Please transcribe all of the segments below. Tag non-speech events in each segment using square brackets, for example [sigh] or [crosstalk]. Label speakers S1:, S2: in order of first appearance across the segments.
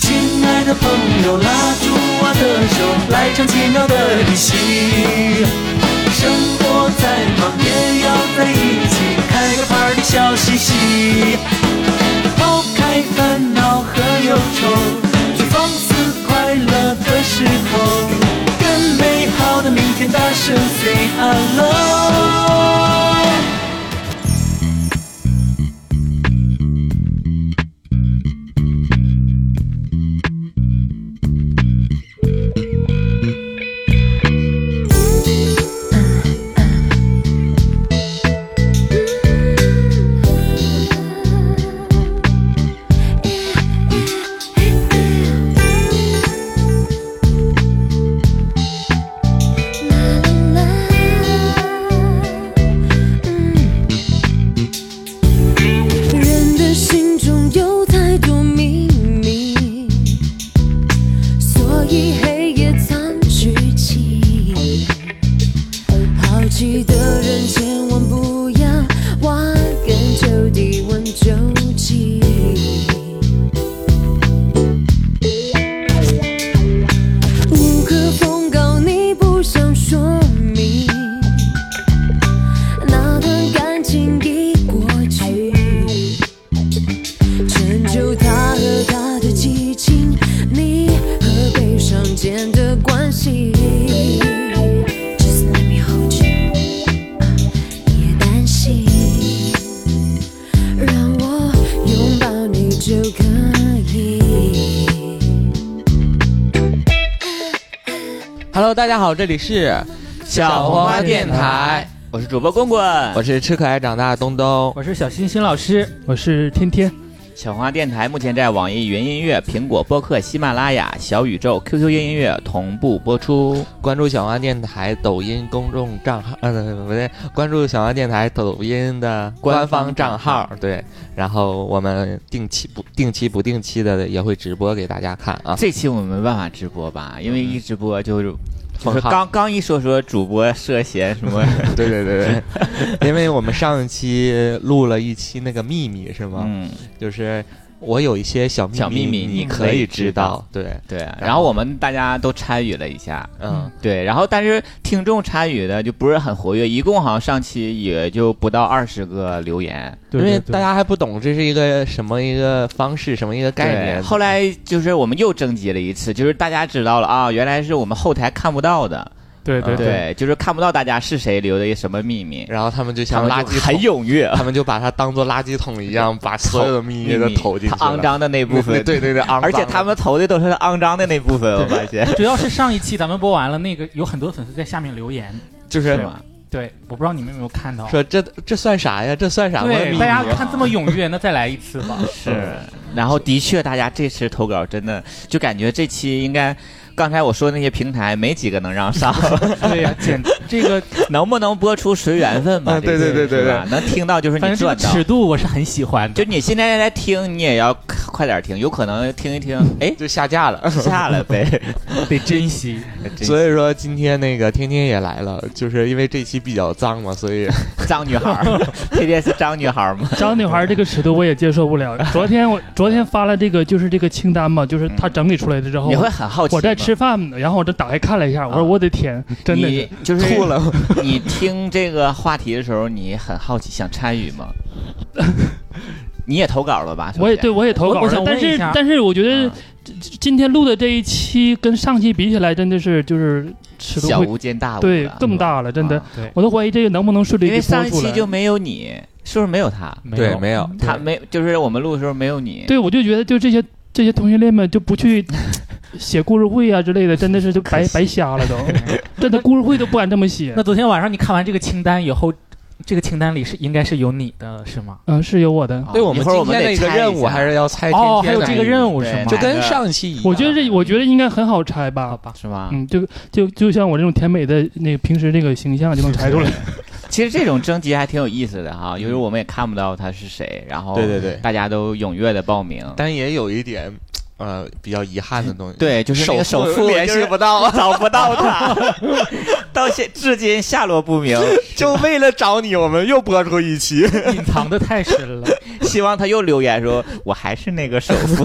S1: 的朋友拉住我的手，来场奇妙的旅行。生活再忙也要在一起，开个 party 笑嘻嘻，抛开烦恼和忧愁，去放肆快乐的时候，跟美好的明天大声 say hello。
S2: 人的心中有太多秘密，所以黑夜藏剧情。好奇的人千万不要挖根究底问究竟。无可奉告，你不想说明。那段感情已过去，成就他和她的激情，你和悲伤间的关系。Just let me hold you，别担心，让我拥抱你就可以。
S3: Hello，大家好，这里是
S4: 小黄花电台，
S3: 我是主播棍棍，我是吃可爱长大的东东。
S4: 我是小星星老师，我是天天。
S5: 小黄花电台目前在网易云音乐、苹果播客、喜马拉雅、小宇宙、QQ 音乐同步播出。
S3: 关注小黄电台抖音公众账号，呃，不对，关注小黄电台抖音的官方账号，对。然后我们定期不定期不定期的也会直播给大家看
S5: [laughs]
S3: 啊。
S5: 这期我们没办法直播吧，因为一直播就是就是
S3: 封号
S5: 刚刚一说说主播涉嫌什么，
S3: 嗯 [laughs] 对对对 [laughs] 对，因为我们上一期录了一期那个秘密是吗？
S5: [laughs] 嗯，
S3: 就是我有一些小秘密，
S5: 小秘密
S3: 你
S5: 你
S3: 可
S5: 可以
S3: 以
S5: 知道
S3: 对，
S5: 对啊。
S3: 后
S5: 然后我们大家都参与了一下，
S3: 嗯，
S5: 对，然后但是听众参与的就不是很活跃，一共好像上期也就不到二十个留言。
S4: 对
S3: 因为
S4: 对
S3: 大
S4: 对，
S3: 家还不懂这是一个什么一个方式，什么一个概
S5: 对
S3: 念。
S5: 后来就是我们又征集了一次，就是大家知道了啊，原来是我们后台看不到的，
S4: 对对对，
S5: 啊对，就是看不到大家是谁留的什么秘密，
S3: 然后他们就
S5: 他
S3: 像
S5: 们
S3: 垃
S5: 垃
S3: 圾
S5: 圾很
S3: 桶，
S5: 踊跃，
S3: [laughs] 他们就把它当做垃圾桶一样，把 [laughs] 所有的秘密都投进去
S5: [laughs] 他肮
S3: 了。
S5: 脏的那部
S3: 对 [laughs]
S5: 分， [laughs]
S3: 对对对，肮脏
S5: 而且他们投的都是肮脏的那部分，我发现
S6: 主要是上一期咱们播完了，那个有很多粉丝在下面留言，
S3: 就是
S5: 吗？
S6: 对，我不知道你们有没有看到。
S3: 说这这算啥呀？这算啥嘛秘
S6: 对，
S3: 密？啊
S6: 大家看这么踊跃，那再来一次吧。
S5: [laughs] 是，然后的确，大家这次投稿真的就感觉这期应该，刚才我说那些平台没几个能让上，
S6: [laughs]
S5: [laughs]
S6: 对呀、简这个
S5: 能不能播出随缘分吧？
S3: 啊对
S5: 这
S3: 对对
S5: 个
S3: 对
S5: 是吧能听到就是
S6: 反
S5: 你
S6: 正这个
S5: 赚到。
S6: 尺度我是很喜欢
S5: 就
S6: 的。
S5: 你现在在听，你也要快点听，有可能听一听，哎，
S3: 就下架了。
S5: 下了呗。
S6: 得珍惜。
S3: 所以说今天那个天天也来了，就是因为这期比较脏嘛，所以
S5: 张女孩儿，天天是张女孩儿吗？
S7: 张女孩这个尺度我也接受
S6: [laughs]
S7: 不了。昨天我昨天发了这个就是这个清单嘛，就是
S6: 嗯
S7: 他整理出来的之后
S5: 你，会很好奇吗。
S7: 我在吃饭，然后我就打开看了一下，我说我的天，真的是
S5: 你就是
S3: 吐了。
S5: [laughs] 你听这个话题的时候，你很好奇，想参与
S7: [laughs]
S5: 吗？你也投稿了吧？首先
S7: 我也对，我也投稿
S6: 我
S7: 了
S6: 想，问
S7: 但
S6: 一
S7: 是
S6: 下
S7: 但是我觉得
S5: 嗯
S7: 今天录的这一期跟上期比起来，真的是就是尺度
S5: 小
S7: 会
S5: 巫见大巫了，
S7: 对
S5: 是吧
S7: 更大了，真的
S5: 啊，
S6: 对，
S7: 我都怀疑这个能不能顺利
S5: 因
S7: 地
S5: 为上
S7: 播
S5: 一
S7: 出
S5: 期
S7: 来。
S5: 就没有你，是不是没有他？
S6: 没
S3: 对
S6: 有，
S3: 没有，
S5: 他没，就是我们录的时候没有你。
S7: 对，我就觉得就这些这些同性恋们就不去
S5: [laughs]
S7: 写故事会啊之类的，真的是就白白
S5: [laughs]
S7: 瞎了都，真的故事会都不敢这么写。
S6: 那昨天晚上你看完这个清单以后，这个清单里是应该是有你的是吗？
S7: 嗯，是有我的。
S3: 对我
S5: 啊一
S3: 们
S5: 会儿
S3: 今
S5: 我们
S3: 天
S5: 得
S3: 那个
S5: 拆一
S3: 任务
S5: 下
S3: 还是要猜天天
S6: 哦，还有这个任务是
S5: 对
S6: 吗？
S3: 就跟上期一样。
S7: 我觉得这，我觉得应该很好拆吧。
S6: 吧，
S5: 是吗？
S7: 嗯，就就就像我这种甜美的那个平时这个形象就能拆出来。
S5: 其实这种征集还挺有意思的哈，因为我们也看不到他是谁，然后
S3: 对对对，
S5: 大家都踊跃的报名。
S3: 但也有一点，呃，比较遗憾的东西。，
S5: 对，就是那个首
S3: 首
S5: 富
S3: 富联
S5: 就是
S3: 系不到，
S5: [laughs] 找不到他，到现至今下落不明。
S3: [laughs] 就为了找你，我们又播出一期。
S5: [laughs]
S6: 隐藏的太深了。
S5: [laughs] 希望他又留言说：“我还是那个首富。”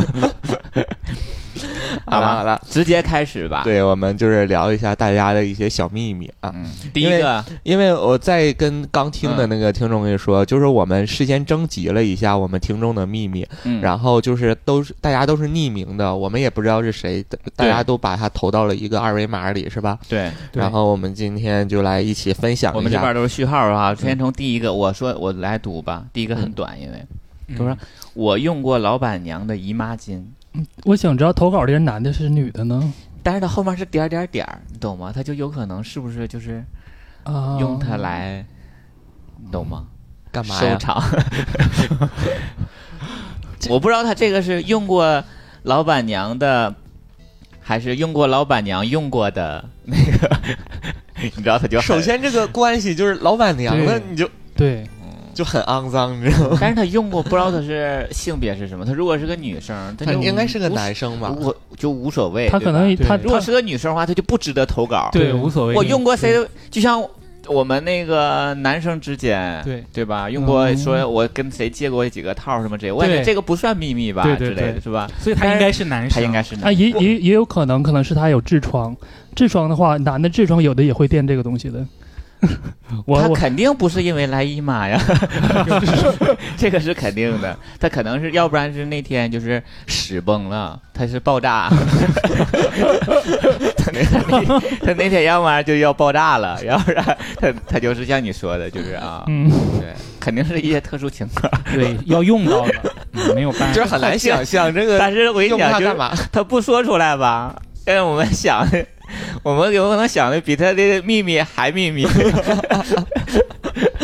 S3: 好了好了，
S5: 直接开始吧。，
S3: [laughs] [laughs] 对我们就是聊一下大家的一些小秘密啊，
S5: 嗯，第一个，
S3: 因为我在跟刚听的那个听众跟你说，就是我们事先征集了一下我们听众的秘密，
S5: 嗯
S3: 然后就是都是大家都是匿名的，我们也不知道是谁，大大家都把它投到了一个二维码里，是吧？
S5: 对，
S4: 对
S3: 然后我们今天就来一起分享
S5: 我们
S3: 一
S5: 这边
S3: 下，
S5: 都是序号啊。先从第一个，我说我来读吧。第一个很短，因为他说我用过老板娘的姨妈巾，
S7: 我想知道投稿的人男的是女的呢？
S5: 但是它后面是点儿点儿点儿，你懂吗？它就有可能是不是就是
S7: 啊，
S5: 用它来，你懂吗？
S3: 干嘛
S5: 收
S3: 呀？
S5: 场。 [laughs] 我不知道他这个是用过老板娘的，还是用过老板娘用过的那个， [laughs] 你知道他就很
S3: 首，先这个关系就是老板娘的，
S7: 对
S3: 你就
S7: 对，
S3: 就很肮脏，你知道吗？
S5: 但是他用过不知道他是性别是什么。他如果是个女生，他
S3: 他
S5: 就
S3: 应该是个
S5: 无
S3: 男生吧？
S5: 我就无所谓。
S7: 他可能
S5: 对吧
S4: 对
S7: 他
S5: 如果
S7: 他
S5: 是个女生的话，他就不值得投稿。
S6: 对，无所谓。
S5: 我用过谁的，就像我们那个男生之间，
S6: 对
S5: 对吧？用过
S7: 嗯
S5: 说我跟谁借过几个套什么之类的，我感觉
S6: 对
S5: 这个不算秘密吧，
S6: 对对
S5: 之类的
S6: 对
S5: 是吧？
S6: 所以他应该是男生，
S5: 他应该是男
S7: 啊，也也也有可能，可能是他有痔疮。痔疮的话，男的痔疮有的也会垫这个东西的。我
S5: 他
S7: 我
S5: 肯定不是因为来姨妈呀， [laughs] 这个是肯定的。他可能是要不然是那天就是屎崩了，他是爆炸， [laughs] 他那他那天要不然就要爆炸了，要不然他他就是像你说的，就是啊，
S7: 嗯，
S5: 对，肯定是一些特殊情况。
S6: 对，要用到
S5: [laughs]
S6: 的，嗯没有办
S3: 就是
S6: 法。
S3: 很难想象这个
S5: 但是我跟你
S3: 用它
S5: 讲，就
S3: 干
S5: 是
S3: 嘛？ [laughs]
S5: 他不说出来吧，但是我们想的，我们有可能想的比他的秘密还秘密，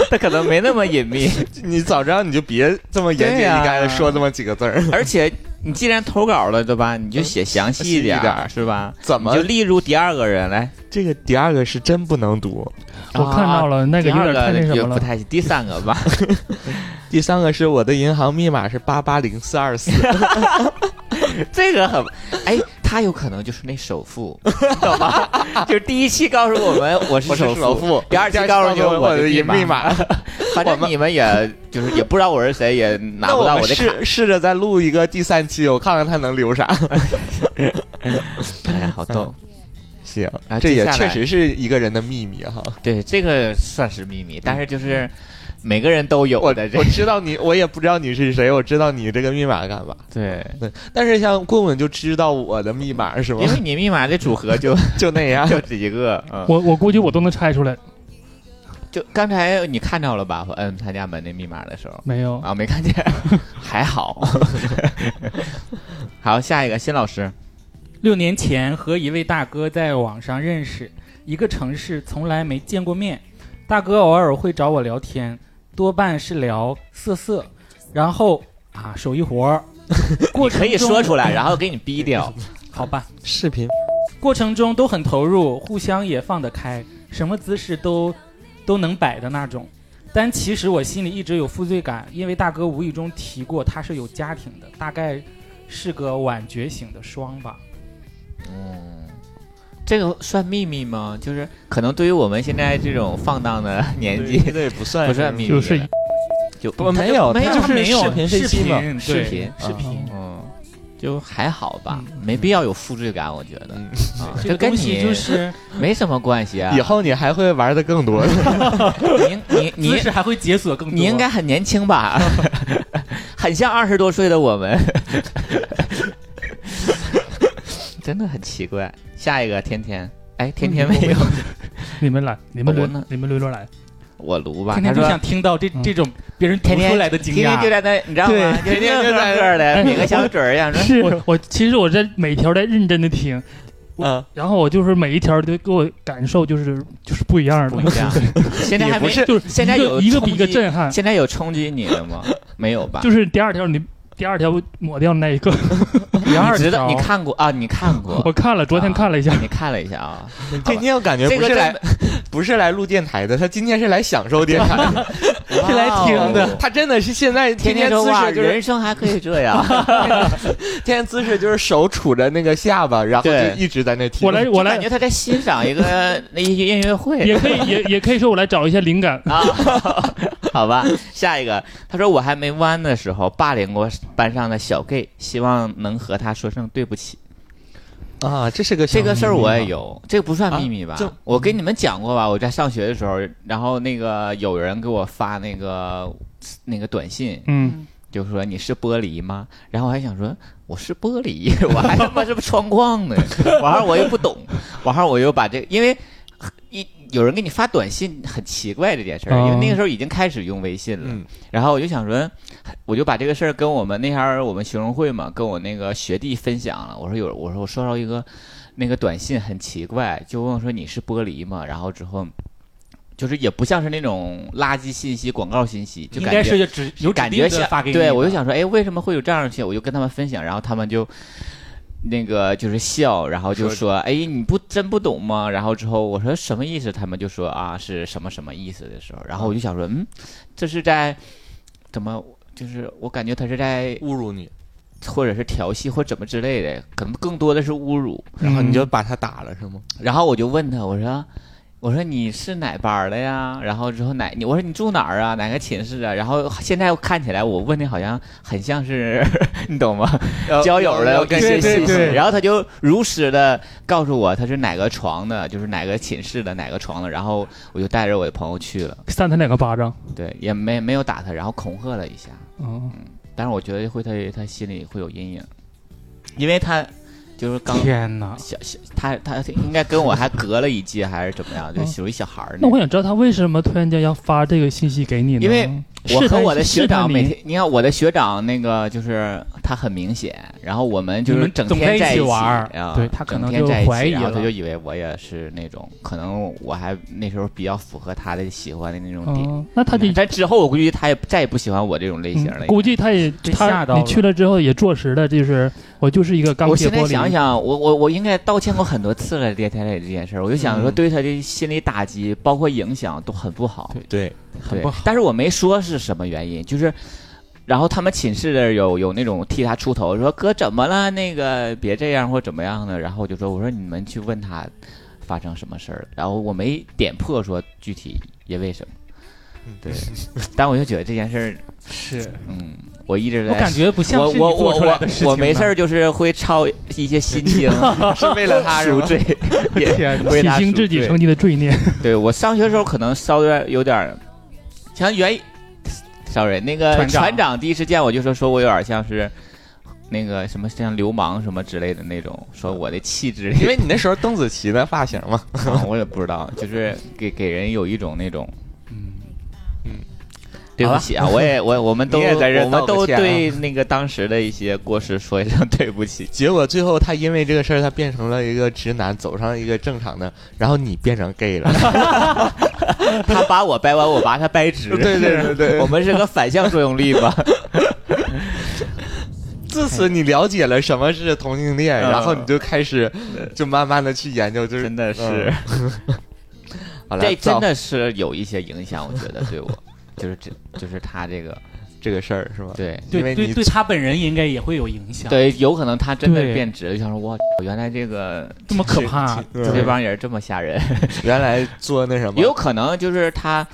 S5: 他可能没那么隐秘。
S3: 你早知道你就别这么言
S5: 对
S3: 简
S5: 呀
S3: 意赅的说这么几个字
S5: [laughs]
S3: 儿，
S5: 而且你既然投稿了，对吧？你就写嗯详细一点，
S3: 详细一点
S5: 是吧？
S3: 怎
S5: 你
S3: 么
S5: 就例如第二个人来，
S3: 这个第二个是真不能读，
S7: 我看到
S5: 了。
S7: 了，那
S5: 啊第
S7: 个有
S5: 二
S7: 点太那
S5: 个
S7: 什
S5: 就不
S7: 么了。
S5: 太行，第三个吧， [laughs]
S3: 第三个是我的银行密码是八八零四二
S5: [laughs]
S3: 四，
S5: 这个很，哎，他有可能就是那首富，懂吗？ [laughs] 就是第一期告诉我们我是
S3: 我是
S5: 首
S3: 首富，
S5: 第二期告诉你
S3: 我
S5: 的
S3: 的银
S5: 密
S3: 密，码， [laughs]
S5: [laughs]
S3: 我
S5: 反正
S3: 们
S5: 你们也就是也不知道我是谁，也拿
S3: 那
S5: 不
S3: 我
S5: 到
S3: 们
S5: 我的卡。
S3: 试试着再录一个第三期，我看看他能留
S5: [laughs]
S3: 啥。
S5: 哎呀，好逗！
S3: 嗯行
S5: 啊，
S3: 这也
S5: 接下来
S3: 确实是一个人的秘密
S5: [laughs]
S3: 哈。
S5: 对，这个算是秘密，但是就是每个人都有
S3: 我
S5: 的这
S3: 我知道你，我也不知道你是谁，我知道你这个密码干嘛。
S5: [laughs] 对，
S3: 但是像棍棍就知道我的密码是吗
S5: 因？为你密码的组合
S3: [laughs]
S5: 就
S3: 就那样。
S5: 就几个，嗯，
S7: 我我估计我都能猜出来，
S5: 就刚才你看到了吧？我摁他家门那密码的时候
S7: 没有。
S5: 啊，没看
S7: [laughs]
S5: 见，还好。好，下一个新老师，
S6: 六年前和一位大哥在网上认识，一个城市从来没见过面。大哥偶尔会找我聊天，多半是聊色色，然后啊手一活
S5: [laughs]
S6: 儿。过
S5: 你
S6: 程
S5: 可以
S6: 中
S5: 说出来，然后给你逼掉。
S6: 好吧。
S3: 视频
S6: 过程中都很投入，互相也放得开，什么姿势都都能摆的那种。但其实我心里一直有负罪感，因为大哥无意中提过他是有家庭的，大概是个晚觉醒的双吧。
S5: 嗯，这个算秘密吗？就是可能对于我们现在这种放荡的年纪，
S3: 这也不算
S5: [laughs] 不算秘密了，
S7: 就是
S5: 就
S3: 不没有
S5: 没有，
S3: 就是
S6: 没有
S3: 视频飞机嘛
S5: 视
S6: 频视
S5: 频
S6: 视频，
S5: 嗯，就还好吧，没必要有负罪感，我觉得
S3: 嗯，
S5: 啊
S6: 这个
S5: 跟
S6: 东西
S5: 你
S6: 就是
S5: 没什么关系啊。
S3: 以后你还会玩的更多。
S5: [laughs] 你你
S6: 姿
S5: 你
S6: 势还会解锁更多。
S5: 你应该很年轻吧，很像二十多岁的我们， [laughs] 真的很奇怪。下一个天天，哎，天天没有
S7: 你们来，你们
S5: 我呢
S7: 轮，你们轮流来。
S5: 我撸吧，
S6: 天天
S5: 他
S6: 就
S5: 说
S6: 想听到这
S7: 嗯
S6: 这种别人读
S5: 天天
S6: 出来的惊
S5: 天天就在
S6: 讶。
S5: 那，你知道
S7: 对
S5: 吗？天天就在这
S3: [laughs]
S5: 儿的，
S7: 哎
S5: 抿个小嘴儿一样说。
S7: 是我我其实我在每条在认真的听，
S3: 嗯，
S7: 然后我就是每一条都给我感受就是就是不一样
S5: 不
S7: 的
S5: 一，样，现在还
S3: 也不
S5: 没
S3: 是，
S7: 就是
S5: 现在
S7: 一个
S5: 有
S7: 一个比一
S5: 冲
S7: 个
S5: 击
S7: 震撼，
S5: 现在有冲击你的吗？没
S3: [laughs]
S5: 有吧？
S7: 就是第二条你第二条抹掉那一个，
S6: 第二
S5: 你知道
S6: 条
S5: 你，看过啊？你看
S3: [laughs]
S5: 过？
S7: 我看了，昨天看了一下，
S5: 你看了一下啊？
S3: 天天我感觉
S5: 这
S3: 不
S5: 个
S3: 是来
S5: 真
S3: 不是来录电台的，他今天是来享受电台的，
S5: 哇哦哦
S3: 是 [laughs] 来听的。他真的是现在
S5: 天
S3: 天天
S5: 天说
S3: 姿
S5: 哇，
S3: 势就是
S5: 人生还可以
S3: [laughs]
S5: 这样。
S3: 天天姿势就是手杵着那个下巴，然后
S5: 对
S3: 就一直在那听。
S7: 我来
S5: 我
S7: 我来
S5: 感觉他在欣赏
S3: [laughs]
S5: 一个那音音乐会
S7: 也可以也也可以说我来找一些灵感，
S5: 啊。 [laughs] 好吧，下一个，他说我还没弯的时候霸凌过班上的小 gay，希望能和他说声对不起。
S3: 啊，这是个
S5: 这个事儿我也
S3: 有。
S5: 有，这不算秘密吧
S3: 啊这？
S5: 我跟你们讲过吧？我在上学的时候，然后那个有人给我发那个那个短信，
S7: 嗯，
S5: 就说你是玻璃吗？然后我还想说我是玻璃， [laughs] 我还他妈是不是窗框呢？完后我又不懂，完后我又把这因为。一有人给你发短信很奇怪这件事儿，因为
S6: 哦
S5: 那个时候已经开始用微信了，
S3: 嗯
S5: 然后我就想说，我就把这个事儿跟我们那天儿我们学生会嘛，跟我那个学弟分享了。我说有，我说我收到一个那个短信很奇怪，就问我说你是玻璃吗？然后之后就是也不像是那种垃圾信息、广告信息，就
S6: 应
S5: 感
S6: 该
S5: 觉
S6: 是指有指
S5: 感
S6: 定
S5: 觉
S6: 的
S5: 像
S6: 发给你的。
S5: 对我就想说，哎，为什么会有这样的信息？我就跟他们分享，然后他们就那个就是笑，然后就说，哎，你不真不懂吗？然后之后我说什么意思？他们就说啊，是什么什么意思的时候，然后我就想说，嗯，这是在怎么？就是我感觉他是在，
S3: 侮辱你，
S5: 或者是调戏或怎么之类的，可能更多的是侮辱。
S3: 然后你就把他打了是吗？
S5: 然后我就问他，我说，我说你是哪班儿的呀？然后之后哪，你我说你住哪儿啊？哪个寝室啊？然后现在看起来，我问的好像很像是， [laughs] 你懂吗？
S3: 哦
S5: 交友的
S3: 跟
S5: 一些信息。然后他就如实的告诉我他是哪个床的，就是哪个寝室的哪个床的。然后我就带着我的朋友去了，
S7: 扇他两个巴掌。
S5: 对，也没没有打他，然后恐吓了一下。
S7: 嗯，
S5: 但是我觉得会他他心里会有阴影，因为他就是刚
S6: 天哪，
S5: 小小，他他应该跟我还隔了一届还是怎么样，就
S7: 嗯
S5: 属于小孩儿
S7: 那
S5: 种
S7: 我想知道他为什么突然间要发这个信息给你呢？
S5: 因为我
S7: 试
S5: 和
S7: 探
S5: 我的学长每
S7: 试探
S5: 天，你看我的学长那个就是他很明显，然后我们就
S6: 你
S5: 是
S6: 们
S5: 整
S6: 总
S5: 天
S6: 在一
S5: 一
S6: 起
S5: 起
S6: 玩儿
S5: 啊，
S6: 对他可
S5: 整
S6: 能
S5: 天
S6: 就
S5: 在一起
S6: 怀疑
S5: 然后他
S6: 了
S5: 就以为我也是那种，可能我还那时候比较符合他的喜欢的那种
S7: 你
S5: 点。
S7: 哦，那他得、
S5: 但之后我估计他也再也不喜欢我这种类型了。
S7: 嗯估计他也
S6: 被
S7: 他
S6: 吓到
S7: 你
S6: 了
S7: 去了之后也坐实了，就是我就是一个钢
S5: 我
S7: 铁
S5: 现在
S7: 玻璃。
S5: 想想，我我我应该道歉过很多次了，这天磊这件事儿，我就想说
S3: 嗯
S5: 对他的心理打击，包括影响都很不好。
S3: 对，
S5: 对，
S6: 不好
S5: 但是我没说是什么原因，就是，然后他们寝室的有有那种替他出头，说哥怎么了？那个别这样或怎么样的。然后我就说，我说你们去问他发生什么事儿了。然后我没点破说具体因为什么， [laughs] 对， [laughs] 但我就觉得这件事儿，
S6: 是
S5: 嗯，我一直
S6: 我
S5: 在
S6: 感。觉不像
S5: 我
S6: 是你
S5: 我我
S6: 做出来的事情
S5: 我我没事儿，就是会抄一些心
S6: [laughs]
S5: 经，是为了
S3: [laughs]
S5: 他赎罪， [laughs] 也
S6: 天
S5: 为
S7: 洗
S5: 他
S7: 清
S5: 赎
S7: 自己
S5: 罪
S7: 成你的罪孽。
S5: [laughs] 对我上学的时候可能稍微有点儿，像原 sorry 那个
S6: 船长
S5: 船长第一次见我就说说我有点像是那个什么像流氓什么之类的那种，说我的气质，
S3: 因为你那时候邓紫棋的发型嘛，
S5: [laughs] 我也不知道，就是给给人有一种那种
S6: 嗯，
S5: 对不起啊，我也我我们都
S3: [laughs] 你也在这
S5: 我们
S3: 道
S5: 都
S3: 个歉啊
S5: 对那个当时的一些过失说一声 [laughs] 对不起。
S3: 结果最后他因为这个事儿，他变成了一个直男，走上了一个正常的，然后你变成 gay 了，
S5: [laughs] 他把我掰弯，我把他掰直。
S3: [laughs] 对对对对
S5: [laughs] 我们是个反向作用力吧？
S3: 自此你了解了什么是同性恋，
S5: 嗯
S3: 然后你就开始就慢慢的去研究，就是
S5: 真的
S3: 嗯
S5: 是。
S3: 好了，
S5: 这真
S3: 造
S5: 的是有一些影响，我觉得对我，就是这就是他
S3: [laughs]
S5: 这个
S3: 这个事儿是吧？
S5: 对
S3: 因为
S6: 对对，
S3: 你
S6: 对他本人应该也会有影响。，
S5: 对，有可能他真的
S6: 对
S5: 变直了，就想说哇，原来这个
S6: [laughs] 这么可怕，
S5: 这帮人这么吓人，
S3: 嗯原来做那什么
S5: 也有可能就是他。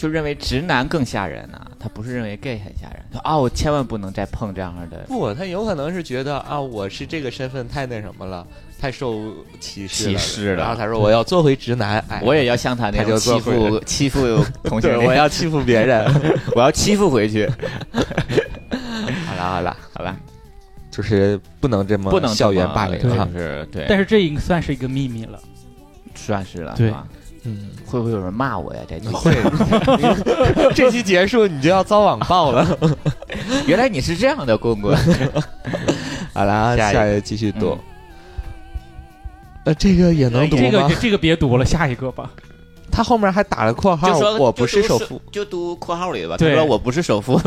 S5: 就认为直男更吓人呢、啊他不是认为 gay 很吓人。他说啊，我千万不能再碰这样的
S3: 不，他有可能是觉得啊，我是这个身份太那什么了，太受歧视
S5: 歧
S3: 了，
S5: 视
S3: 然后
S5: 了。
S3: 他说我要做回直男，哎，
S5: 我也要像他那
S3: 他就
S5: 样欺
S3: 做回
S5: 负欺负同性
S3: 对，
S5: 恋，
S3: 我要欺负别
S5: [laughs]
S3: 人。
S5: 我要欺负回去。
S3: 好了好了，
S5: [laughs] 好吧，
S3: 就是不能这么
S5: 不能这么
S3: 嗯校园霸凌啊
S5: 对
S3: 哈
S5: 就。是对，
S6: 但是这应算是一个秘密了。
S5: 算是了，
S7: 对
S5: 是吧？
S3: 嗯，
S5: 会不会有人骂我呀？这句
S3: 会。这期结束你就要遭网暴了。
S5: [laughs] 原来你是这样的棍 [laughs] 棍，
S3: 好了啊，
S5: 下一个
S3: 下一个继续读
S5: 嗯。
S3: 呃，这个也能读
S6: 这个
S3: 吗？
S6: 这个别读了，下一个吧。
S3: 他后面还打了括号
S5: 就，说
S3: 我不是首富。，
S5: 就读括号里吧。他
S6: 对
S5: 说我不是首 [laughs] 富，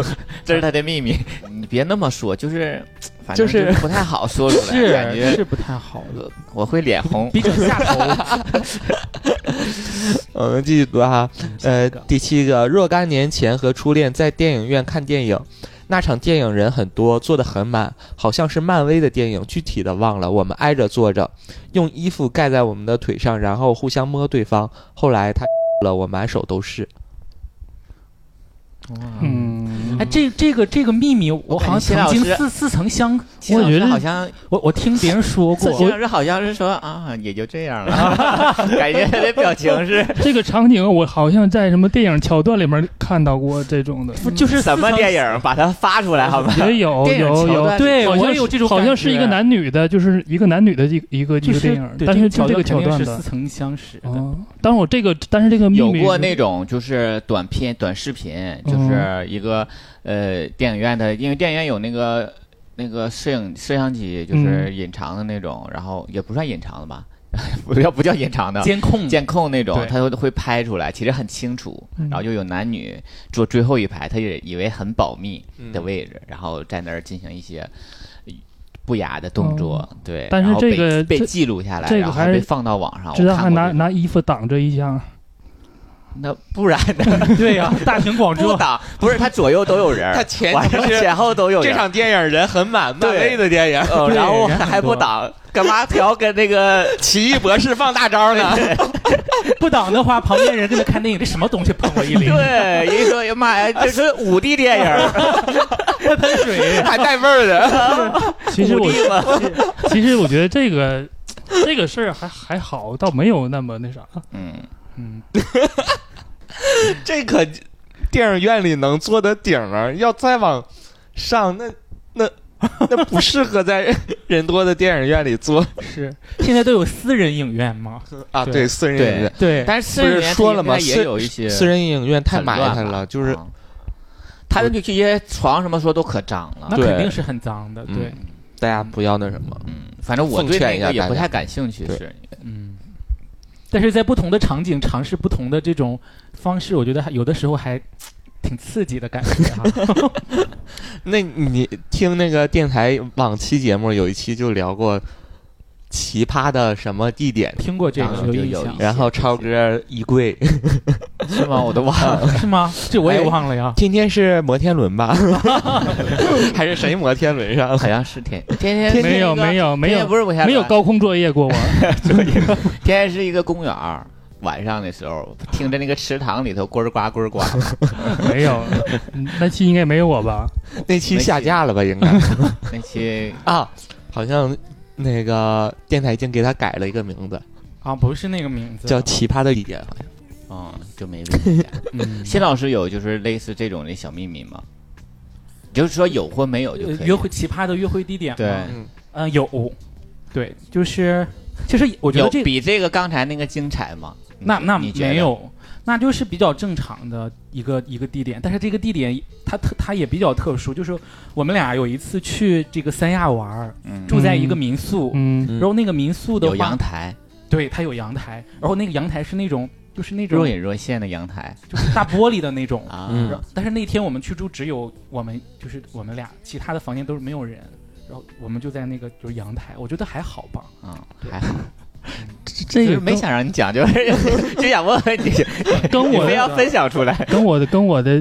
S5: 这是他的秘密。你别那么说，就是反正
S6: 就是
S5: 不太好说出来，感
S6: 是
S5: 觉呃
S6: 是不太好的，
S5: 我会脸红。
S6: 比较下头。
S3: 我嗯们继续读哈，呃，第七个，若干年前和初恋在电影院看电影，那场电影人很多，坐得很满，好像是漫威的电影，具体的忘了。我们挨着坐着，用衣服盖在我们的腿上，然后互相摸对方。后来他了，我满手都是。
S7: 嗯，
S6: 哎，这这个这个秘密，我好像
S5: 感觉谢
S6: 曾经
S5: 老师
S6: 似似曾相，
S5: 秦
S7: 我
S5: 老
S7: 觉
S5: 师
S7: 得
S5: 好像，
S6: 我我听别人说过，
S5: 秦老师好像是说啊，也就这样
S6: [laughs]
S5: 了，感觉他的表情是
S7: [laughs] 这个场景我好像在什么电影桥段里面看到过这种的，
S6: 不就是
S5: 什么电
S6: 影？
S5: 影，把它发出来好吗？
S7: 也有
S5: 电影
S7: 有
S5: 桥段
S7: 有，
S6: 对，
S7: 好
S6: 我
S7: 像
S6: 也有这种感
S7: 好
S6: 觉，
S7: 像是一个男女的，就是一个男女的一个一个一
S6: 就
S7: 个
S6: 是
S7: 电影，
S6: 对
S7: 但是就这
S6: 这
S7: 个桥段
S6: 段
S7: 的
S6: 似。曾相识的。
S7: 哦，但是我这个，但是这个秘
S5: 有
S7: 密
S5: 过
S7: 是
S5: 那种就是短片、短视频，
S7: 嗯
S5: 就是一个、呃电影院的，因为电影院有那个那个摄影摄像机，
S7: 嗯
S5: 就是隐藏的那种，然后也不算隐藏的吧， [laughs] 不叫不叫隐藏的。
S6: 监控，
S5: 监控那种
S6: 对，
S5: 它都会拍出来，其实很清楚。
S7: 嗯
S5: 然后就有男女坐最后一排，他也以为很保密
S3: 嗯
S5: 的位置，然后在那儿进行一些呃不雅的动作。对，
S7: 哦但是
S5: 然后被
S7: 这个
S5: 被
S7: 这
S5: 记录下来，
S7: 这个
S5: 然后
S7: 还是
S5: 被放到网上。
S7: 知
S5: 我
S7: 道
S5: 看
S7: 还
S5: 过
S7: 拿
S5: 这个
S7: 拿衣服挡着一下，
S5: 那不然呢？
S6: [laughs] 对呀，大庭
S5: [laughs]
S6: 广
S5: 不
S6: 众，
S5: 挡，不是他左右都有
S3: [laughs]
S5: 人，
S3: 他前
S5: 完
S3: 不
S5: 了
S3: 是
S5: 前后都有
S3: 这
S5: 人，
S3: 场电影人很满，漫
S5: 对
S3: 威的电影，
S5: 呃，
S6: 对
S5: 然后
S6: 人很
S5: 还不
S6: 多
S5: 挡，干嘛非要跟那个
S3: [laughs] 奇异博士放大招呢，
S6: 不挡的话，旁边人跟着看电影，这什么东西碰我一脸，
S5: [laughs] 对一说，哎呀
S3: [laughs]
S5: 妈呀，这是五 D 电影，
S6: 会喷水，
S3: 还带味儿的，
S7: 其实
S5: 五
S7: 我
S5: D 吗？
S7: 其实我觉得这个这个事儿还还好，倒没有那么那啥。
S5: 嗯，
S7: 嗯，
S3: 这可电影院里能坐的顶儿，啊要再往上，那那那不适合 [laughs] 在人多的电影院里坐
S6: 是现在都有私人影院嘛？
S3: 啊。
S6: 对
S3: 对，私人影院，
S6: 对，
S5: 但是私
S3: 不
S5: 人
S3: 是
S5: 影院
S3: 说
S5: 它
S3: 了吗
S5: 应该也
S3: 私
S5: 有一些
S3: 私人影院太
S5: 很
S3: 埋
S5: 乱
S3: 汰
S5: 吧
S3: 了，就是
S5: 啊他的这些床什么说都可脏了
S6: 那，
S3: 对
S6: 肯定是很脏的，对，
S3: 大家不要那什么。
S5: 嗯，反正我
S3: 奉
S5: 对
S3: 劝
S5: 那
S3: 一下
S5: 个也
S3: 大
S5: 不
S3: 家
S5: 太感兴趣，
S3: 对
S5: 是
S6: 嗯。但是在不同的场景尝试不同的这种方式，我觉得还有的时候还挺刺激的感觉哈。
S3: 那你听那个电台往期节目有一期就聊过奇葩的什么地点，
S6: 听
S5: [laughs]
S6: 过这
S5: 然
S6: 个
S5: 后就
S6: 印
S5: 啊有
S6: 象
S3: 然后超哥衣柜，
S5: 是吗？我都忘了，
S6: 是吗？这我
S5: 哎
S6: 也忘了呀。
S3: 今天是摩天轮吧？ [laughs] 还是谁摩天轮上？
S5: 好像是天天天是
S7: 没有
S5: 一个
S7: 没有没
S5: 天天
S7: 有
S5: 不是不下
S7: 没有
S5: 班
S7: 高空作
S5: [laughs]
S7: 业过我，
S5: 天天是一个公园儿，晚上的时候听着那个池塘里头呱儿呱呱儿呱，
S7: 没有，嗯那期应该没有我吧？
S3: 那期下架了吧？应该
S5: 那期
S3: 啊，好像那个电台已经给他改了一个名字，
S6: 啊，不是那个名字，
S3: 叫《奇葩的地点》。
S5: 嗯就没问题。
S6: 嗯
S5: 新老师有就是类似这种的小秘密吗？就是说有或没有就
S6: 呃
S5: 可以。
S6: 约会奇葩的约会地点吗
S5: 对，
S3: 嗯，
S6: 嗯，有，对，就是，其实我觉
S5: 有
S6: 得这
S5: 比这个刚才那个精彩吗？
S6: 那那
S5: 你觉得
S6: 没，有，那就是比较正常的一个一个地点，但是这个地点它特它也比较特殊，就是我们俩有一次去这个三亚玩儿，
S5: 嗯，
S6: 住在一个民宿，
S7: 嗯，
S3: 嗯
S6: 然后那个民宿的
S5: 有
S6: 话，
S5: 阳台，
S6: 对，它有阳台，然后那个阳台是那种就是那种
S5: 若隐若现的阳台。
S6: 就是大玻璃的那种
S5: 啊，
S3: 嗯
S6: 然后但是那天我们去住，只有我们就是我们俩，其他的房间都是没有人。然后我们就在那个就是阳台，我觉得还好吧。
S5: 嗯，还好，
S7: 这
S5: 就是
S7: 个
S5: 没
S7: 跟
S5: 想让你讲，就是就想问问你，[laughs]
S7: 跟
S5: 你
S7: 我
S5: 非
S7: 的
S5: 要分享出来。
S7: 跟我的跟我的，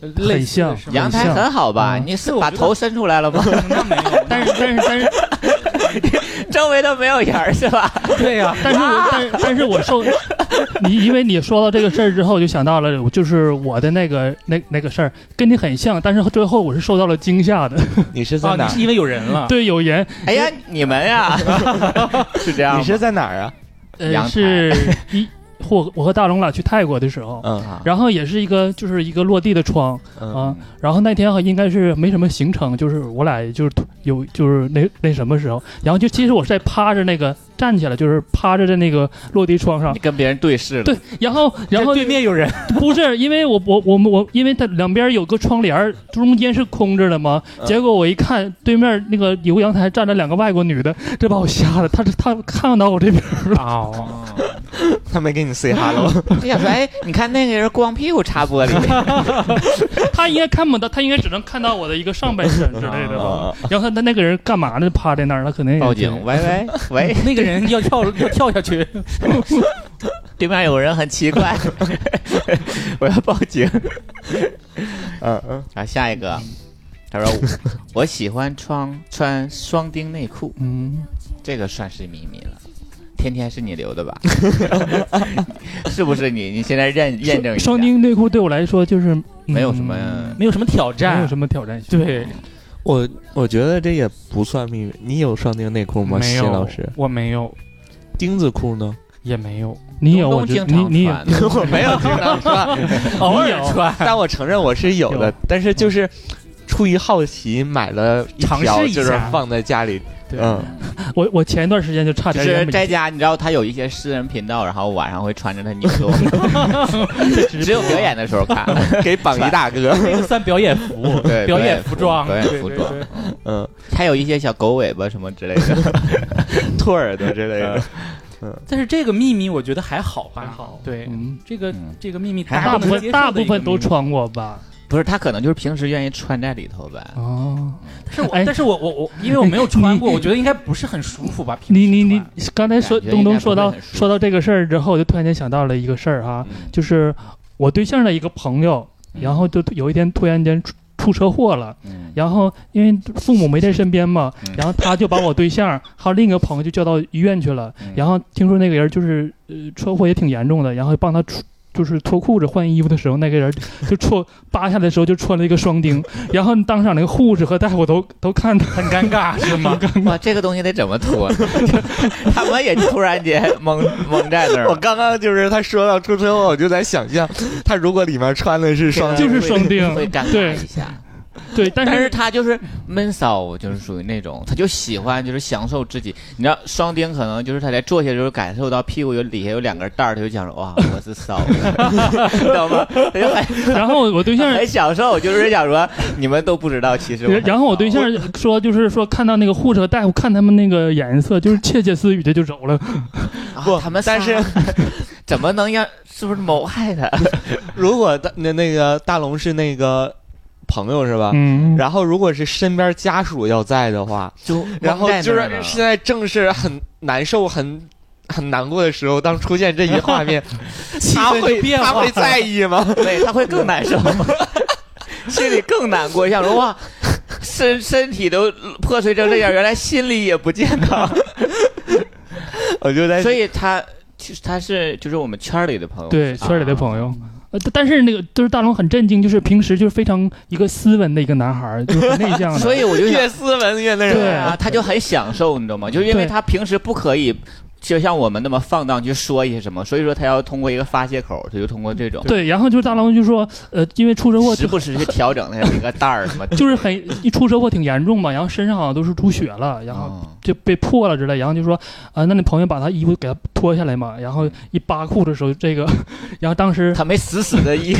S6: 呃
S7: 很
S6: 类似的
S7: 像
S6: 是
S7: [laughs]
S6: 吗
S5: 阳台很好吧？
S7: 嗯
S5: 你是
S6: 对我
S5: [laughs] 把
S6: 觉得
S5: 头伸出来了吗？
S6: 那没有， [laughs]
S7: 但 [laughs] 是但是但是
S5: [laughs] 周围都没有人儿是吧？
S6: 对呀、
S7: 但是我但是但是我受你，因为你说到这个事儿之后，我就想到了，就是我的那个那那个事儿跟你很像，但是最后我是受到了惊吓的。
S3: 哦你是
S6: 啊，
S3: 在哪
S6: 你是
S3: 儿？
S6: 因为有人
S1: [laughs]
S6: 了，
S7: 对，有人
S5: [laughs] 哎呀，你们 [laughs] 呀，是这样
S3: 你
S5: 吗？
S3: 是在哪儿啊？
S5: 阳台
S7: 呃是一我我和大龙俩去泰国的时候，
S3: 嗯
S5: 啊
S7: 然后也是一个就是一个落地的窗
S3: 嗯
S7: 啊，然后那天好像应该是没什么行程，就是我俩就是突有就是那那什么时候，然后就其实我是在趴着那个站起来，就是趴着在那个落地窗上
S5: 你，跟别人对视了，
S7: 对， [laughs] 然后然后
S6: 对面有人，
S7: [laughs] 不是因为我我我们我因为它两边有个窗帘儿，中间是空着的嘛，结果我一看对面那个有个阳台站着两个外国女的， [laughs] 这把我吓的，她是她看到我 [laughs] 这边儿了，
S6: 哦，
S3: 他没跟你 say [laughs] hello，
S5: 就想说， [laughs] 哎，你看那个人光屁股擦玻璃，
S7: 她应该看不到，她应该只能看到我的一个上半身之类的哦吧。
S3: 哦
S7: 然后她 [laughs] 那个人干嘛呢？趴在那儿，她肯定
S5: [laughs]
S7: 也
S5: 报警，喂喂喂，
S6: 那个人要跳要跳下去，
S5: [laughs] 对面有人很奇怪， [laughs] 我要报警。
S3: 嗯嗯，
S5: 然后啊下一个，他说 [laughs] 我喜欢穿穿双丁内裤，
S7: 嗯，
S5: 这个算是秘密了。天天天是你留的吧？ [laughs] 是不是你？你现在认验证一下。
S7: 双丁内裤对我来说就是
S5: 没有什么
S7: 嗯
S6: 没有什么挑
S7: 没有
S6: 战，
S7: 什么挑战性。
S6: 对，
S3: 我我觉得这也不算秘密。你有双丁内裤吗，
S6: 没
S3: 谢
S6: 有，
S3: 老师？
S6: 我没有，
S3: 钉子裤呢？
S6: 也没有，
S7: 你有，
S5: 东
S7: 我
S5: 东
S7: 觉得
S5: 经
S7: 你
S5: 常
S7: 你有
S5: 穿， [laughs]
S3: 我 [laughs] 没有经常穿，
S6: 偶尔
S3: 有
S6: 穿，
S7: [laughs]
S3: 但我承认我是有的
S7: 有，
S3: 但是就是出于好奇买了一
S6: 尝试
S3: 条，
S6: 一
S3: 就是
S6: 下
S3: 放在家里。
S6: 对
S3: 嗯，
S7: 我我前一段时间就差
S5: 就
S7: 点
S5: 是
S7: 染
S5: 在
S7: 美
S5: 家，你知道他有一些私人频道，然后晚上会穿着他牛
S7: [laughs]
S5: 装，只有表演的时候看。，
S3: 给榜一大哥。
S6: 这个算表演服
S5: [laughs]
S7: [laughs]
S5: 对，
S6: 表演服装，
S5: 表演
S6: 对
S5: 服
S6: 对
S5: 装，
S6: 对
S3: [laughs] 嗯，
S5: 还有一些小狗尾巴什么之类
S7: [laughs]
S5: 的。
S3: 兔耳朵之类的。
S6: 但是这个秘密我觉得还好吧，还
S7: 好
S6: 对
S7: 嗯，
S6: 这个
S5: 嗯
S6: 这个秘密
S5: 还
S6: 家
S7: 大
S5: 好
S7: 部
S6: 能接受
S7: 分大
S6: 的一
S7: 部
S6: 个
S7: 分
S6: 秘
S7: 都
S6: 密。
S7: 穿过吧？
S5: 不是，他可能就是平时愿意穿在里头呗。
S7: 哦，
S6: 是我
S7: 哎，
S6: 但是我我我，因为我没有穿
S7: [laughs]
S6: 过，我觉得应该不是很舒服吧。平时
S7: 你你你
S6: 穿
S7: 刚才说
S5: 感觉
S7: 东
S5: 应
S7: 东
S5: 该
S7: 说
S5: 不会
S7: 到
S5: 很舒服
S7: 说到这个事儿之后，我就突然间想到了一个事儿哈，
S5: 嗯
S7: 就是我对象的一个朋友，然后就有一天突然间出出车祸了，
S5: 嗯
S7: 然后因为父母没在身边嘛
S5: 嗯，
S7: 然后他就把我对象还有另一个朋友就叫到医院去了
S5: 嗯，
S7: 然后听说那个人就是呃车祸也挺严重的，然后帮他出。就是脱裤子换衣服的时候，那个人就戳扒下来的时候就穿了一个双丁，然后当场那个护士和大夫都都看他，
S6: 很尴尬是吗？
S5: 哇，这个东西得怎么脱？他们也突然间蒙蒙在那
S3: [laughs]
S5: 儿
S3: 我
S5: 了，
S3: 刚刚就是他说到出车祸，我就在想象他如果里面穿的是双，
S7: 就是双钉
S5: 会尴尬
S7: 对
S5: 一下。
S7: 对，但
S5: 但是
S7: 是
S5: 他就是闷骚，就是属于那种，他就喜欢就是享受自己。你知道双丁可能就是他在坐下的时候感受到屁股有底下有两根带儿，他就想说
S7: [laughs]
S5: 哇我是骚， [laughs] 懂吗？他就很
S7: 然后我对象
S5: 很享受，就是想说你们都不知道，其实
S7: 然
S5: 我
S7: 然后我对象说，就是说看到那个护士和大夫看他们那个颜色，就是窃窃私语的就走了。
S5: 不，啊他们
S3: 但是
S5: [laughs] 怎么能让是不是谋害他？
S3: 如果大那那个大龙是那个朋友是吧？
S7: 嗯，
S3: 然后如果是身边家属要在的话，
S5: 就 [laughs]
S3: 然后
S5: 蒙在
S3: 就
S5: 那儿
S3: 是
S5: 了
S3: 现在正是很难受、很很难过的时候，当出现这一画 [laughs] 面，
S6: 气
S3: 他
S6: 氛就
S3: 会
S6: 变
S3: 他
S6: 化
S3: 会在意吗？
S5: [laughs] 对，他会更难受， [laughs] 心里更难过，想说哇， [laughs] 身身体都破碎成这样，原来心理也不健康，
S3: 我就在
S5: 所以他其实他是就是我们圈里的朋友，啊
S7: 对，
S5: 是吧
S7: 圈里的朋友。呃，但但是那个就是大龙很震惊，就是平时就是非常一个斯文的一个男孩儿，就是很内向
S5: [laughs]
S7: 的。
S5: 所以我就想
S3: 越斯文越那什
S5: 对
S3: 么。
S5: 啊，他就很享受，你知道吗？就是因为
S7: 对
S5: 他平时不可以。就像我们那么放荡去说一些什么，所以说他要通过一个发泄口，他就通过这种
S7: 对，然后就是大龙就说，呃，因为出车祸
S5: 时
S7: 就
S5: 不时去调整那一个带儿
S7: [laughs]
S5: 什么，
S7: 就是很一出车祸挺严重嘛，然后身上好像都是出血了，然后
S5: 嗯
S7: 就被破了之类，然后就说啊、那你朋友把他衣服给他脱下来嘛，然后一扒裤子的时候，这个，然后当时
S5: 他没死死的一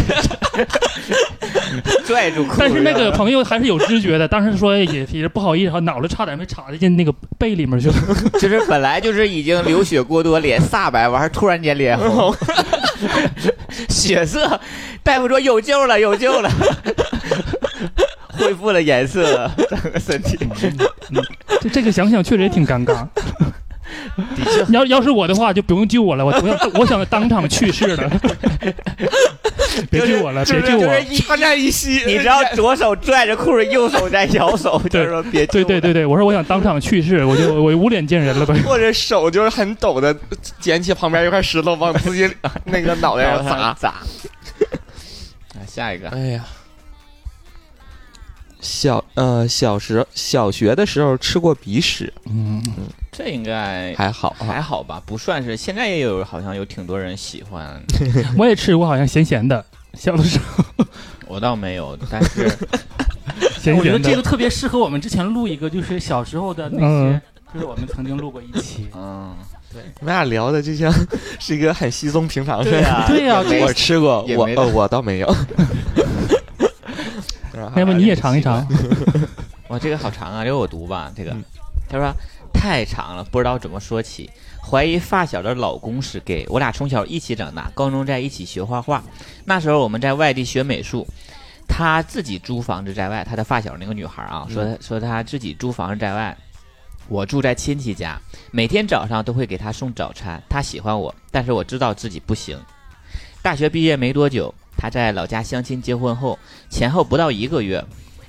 S5: 拽住裤子，
S7: 但是
S5: [laughs]
S7: 那个朋友还是有知觉的，当时说也也是不好意思，哈脑袋差点没插进那个背里面去了。
S5: 就是本来就是已经流血过多，脸煞白，完事儿突然间脸红，
S7: [laughs]
S5: 血色。大夫说有救了，有救了，恢复了颜色了，整个身
S7: 嗯
S5: 体。
S7: 这这个想想确实也挺尴尬。
S5: [laughs] 的确，
S7: 要要是我的话，就不用救我了，我我想我想当场去世
S5: [laughs]
S7: 了。别救我了，
S5: 就是
S7: 别救我！
S5: 就是一
S3: 穿在一吸，
S5: 你知道左手拽着裤子，右手在摇手，就是说别
S7: 对对
S5: 对，
S7: 对对，我说我想当场去世，我就我我无脸见人了呗。
S3: [laughs] 或者手就是很抖的捡起旁边一块石头往自己那个脑袋
S5: 然后
S3: 上
S5: 砸
S3: 砸。
S5: 砸。啊下一个，
S3: 哎呀，小呃小时小学的时候吃过鼻屎，
S7: 嗯，
S5: 这应该
S3: 还好
S5: 还
S3: 啊。
S5: 好吧，不算是。现在也有好像有挺多人喜欢，
S7: 我也吃过，好像咸咸的，小
S5: [laughs]
S7: 的时候
S5: 我倒没有，但是。
S7: 咸
S6: 我觉得
S7: 咸
S6: 这
S7: 的。
S6: 个特别适合我们之前录一个，就是小时候的那些
S7: 嗯，
S6: 就是我们曾经录过一期
S5: 嗯，
S3: 你们俩聊的就像 [laughs] 是一个很稀松平常的
S5: 对啊
S3: 事。
S5: 呀
S6: 对呀这
S3: 我吃过，
S5: 也
S3: 我
S5: 没
S3: 呃我倒没有。 [laughs] 然后
S7: 要不你也尝一
S5: 啊
S7: 尝？
S5: 哇，这个好长啊！这个我读吧，这个
S3: 嗯
S5: 他说太长了，不知道怎么说起。怀疑发小的老公是 gay，我俩从小一起长大，高中在一起学画画，那时候我们在外地学美术。他自己租房子在外，他的发小那个女孩啊，说他说他自己租房子在外，我住在亲戚家，每天早上都会给他送早餐。他喜欢我，但是我知道自己不行。大学毕业没多久，他在老家相亲结婚后，前后不到一个月，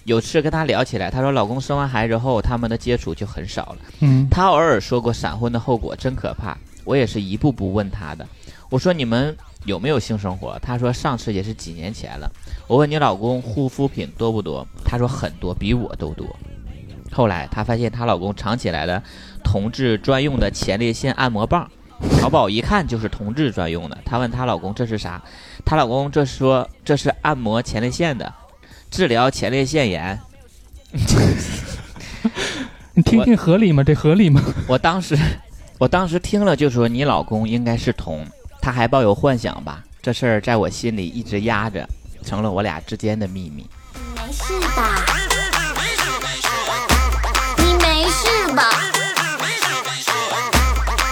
S5: 有次跟她聊起来，她说老公生完孩子后，他们的接触就很少了。
S7: 嗯，
S5: 她偶尔说过闪婚的后果真可怕，我也是一步步问他的。我说你们有没有性生活？他说上次也是几年前了。我问你老公护肤品多不多？他说很多，比我都多。后来她发现她老公藏起来的同志专用的前列腺按摩棒，淘宝一看就是同志专用的。她问她老公这是啥，她老公这说这是按摩前列腺的，治疗前列腺炎。
S7: 你听听合理吗？这合理吗？
S5: 我当时， [laughs] 我当时听了就说你老公应该是同，他还抱有幻想吧？这事儿在我心里一直压着，成了我俩之间的秘密。
S8: 没事吧？你没事吧？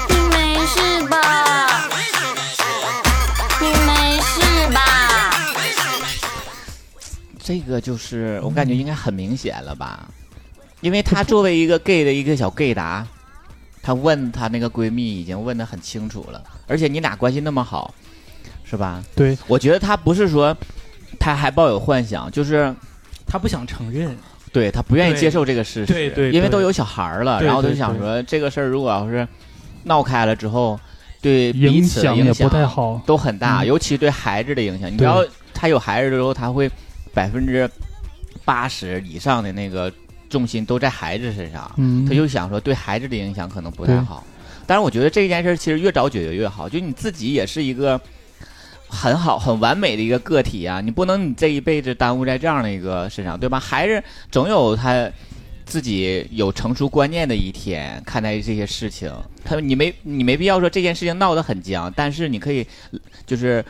S8: 你没事吧？你没事吧？
S5: 这个就是我感觉应该很明显了吧，因为她作为一个 gay 的一个小 gay 达，她问她那个闺蜜已经问得很清楚了，而且你俩关系那么好，是吧？
S4: 对，
S5: 我觉得她不是说她还抱有幻想，就是
S6: 他不想承
S7: [laughs]
S6: 认，
S5: 对她不愿意
S6: 对
S5: 接受这个事实，
S6: 对对
S5: 因为
S6: 对
S5: 都有小孩儿了，
S6: 对
S5: 然后
S6: 对
S5: 就想
S6: 对
S5: 说这个事儿如果要是闹开了之后，对彼
S7: 影
S5: 此的
S7: 响
S5: 影
S7: 也
S5: 响
S7: 不太好。
S5: 都很大，
S7: 嗯
S5: 尤其对孩子的影响。你知
S7: 对
S5: 道，他有孩子之后，他会百分之八十以上的那个重心都在孩子身上，
S7: 嗯，
S5: 他就想说对孩子的影响可能不太好。但是我觉得这件事儿其实越早解决越好，就你自己也是一个很好、很完美的一个个体啊，你不能你这一辈子耽误在这样的一个身上，对吧？孩子总有他自己有成熟观念的一天，看待这些事情，他你没你没必要说这件事情闹得很僵，但是你可以就是。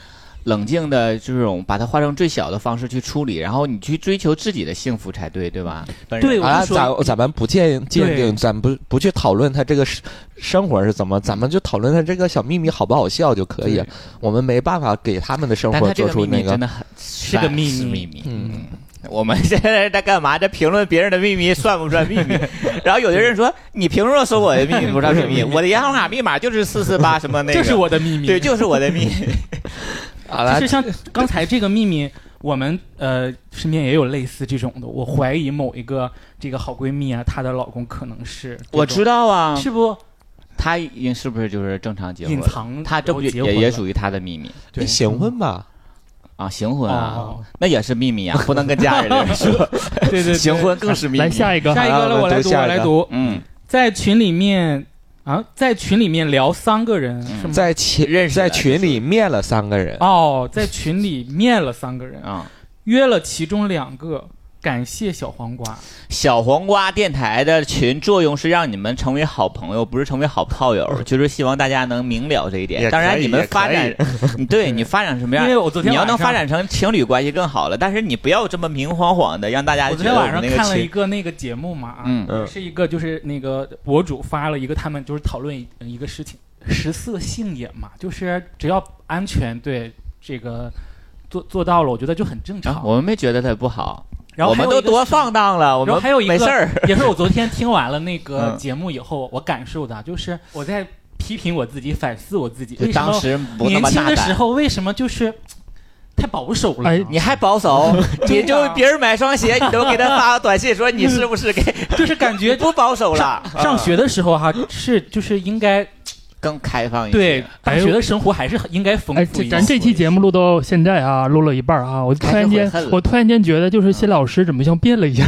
S5: 冷静的这种，把它化成最小的方式去处理，然后你去追求自己的幸福才对，对吧？本人
S6: 对我
S3: 啊，
S6: 就说
S3: 咱咱们不鉴鉴定，咱不不去讨论他这个生生活是怎么，咱们就讨论他这个小秘密好不好笑就可以了。我们没办法给他们的生
S5: 但
S3: 活
S5: 他这
S3: 做
S5: 个
S3: 出
S5: 秘密
S3: 那
S5: 真的很是
S6: 个秘密
S5: 秘密。
S3: 嗯，
S5: 我们现在在干嘛？在评论别人的秘密算不算秘密？ [laughs] 然后有的人说你凭什么说我的秘密不算秘密？我的银行卡密码 [laughs] 就是四四八什么那个，
S6: 这是我的秘密。
S5: 对，就是我的秘密。
S3: 好了
S6: 其实，像刚才这个秘密，我们呃身边也有类似这种的。我怀疑某一个这个好闺蜜啊，她的老公可能是这种
S5: 我知道啊，
S6: 是不
S5: 他应是不是就是正常结婚
S6: 隐？藏，
S5: 他这不
S6: 然后
S5: 也
S6: 结婚
S5: 也也
S6: 了
S5: 属于他的秘密
S3: 你行婚吧？
S5: 啊？行婚啊
S6: 哦，
S5: 那也是秘密啊，不能跟家里 [laughs] 人说。
S6: 对对对
S5: [laughs] 行婚更是秘密。
S7: 来下一个，
S6: [laughs] 下一个了，我来读，
S3: 好
S6: 我
S3: 我们
S6: 来
S3: 读下一个
S6: 读，
S5: 嗯，
S6: 在群里面啊，在群里面聊三个人
S5: 嗯
S6: 是吗？
S3: 在群
S5: 认识的
S3: 在群里面了三个人，
S6: 哦，在群里面了三个人，
S5: 啊，
S6: 约了其中两个，感谢小黄瓜。
S5: 小黄瓜电台的群作用是让你们成为好朋友，不是成为好炮
S6: 嗯
S5: 友，就是希望大家能明了这一
S3: 也可
S5: 点。
S3: 以
S5: 当然，你们发展
S6: [laughs]
S3: 也，
S5: 你对你发展什么
S6: 因
S5: 样
S6: 为，我昨天
S5: 你要
S6: 晚
S5: 能
S6: 上
S5: 发，展成情侣关系更好了。但是你不要这么明晃晃的，让大家
S6: 我
S5: 觉
S6: 昨
S5: 得
S6: 天晚
S5: 们那
S6: 上
S5: 个
S6: 看了一
S5: 群，
S6: 个那个节目嘛，啊
S5: 嗯，
S3: 嗯
S6: 是一个就是那个博主发了一个他们就是讨论一呃一个事情，食色性也嘛，就是只要安全对这个做做到了，我觉得就很正
S5: 啊
S6: 常。
S5: 我们没觉得它不好，
S6: 嗯然后
S5: 我们
S6: 还有
S5: 都
S6: 一个
S5: 多
S6: 是
S5: 放荡了，我
S6: 然
S5: 们
S6: 后还有一个
S5: 没事儿。 [laughs]
S6: 也是我昨天听完了那个
S5: 嗯
S6: 节目以后，我感受的，就是我在批评我自己，反思我自己，
S5: 就
S6: 为什
S5: 当
S6: 么
S5: 时不那
S6: 年
S5: 么
S6: 轻
S5: 大
S6: 的时
S5: 胆，
S6: 候为什么就是太保守了呢？
S7: 哎
S5: 你还保
S6: [laughs]
S5: 守，
S6: 对
S5: 你
S6: 呀
S5: 就别人买双鞋，你都给他发短信
S6: [laughs]
S5: 说你是不是给
S6: 就是啊感觉
S5: [laughs] 不保守了，
S6: 上学的时候哈、是就是应该
S5: 更开放一些。
S6: 对大
S7: 哎
S6: 学的生活还是很应该丰富
S7: 哎，
S6: 一些。
S7: 这咱这期节目录到现在啊，录了一半啊，我突然间
S5: 还是悔恨了，
S7: 我突然间觉得，就是
S6: 嗯
S7: 新老师怎么像变了一
S6: [laughs]
S7: 样？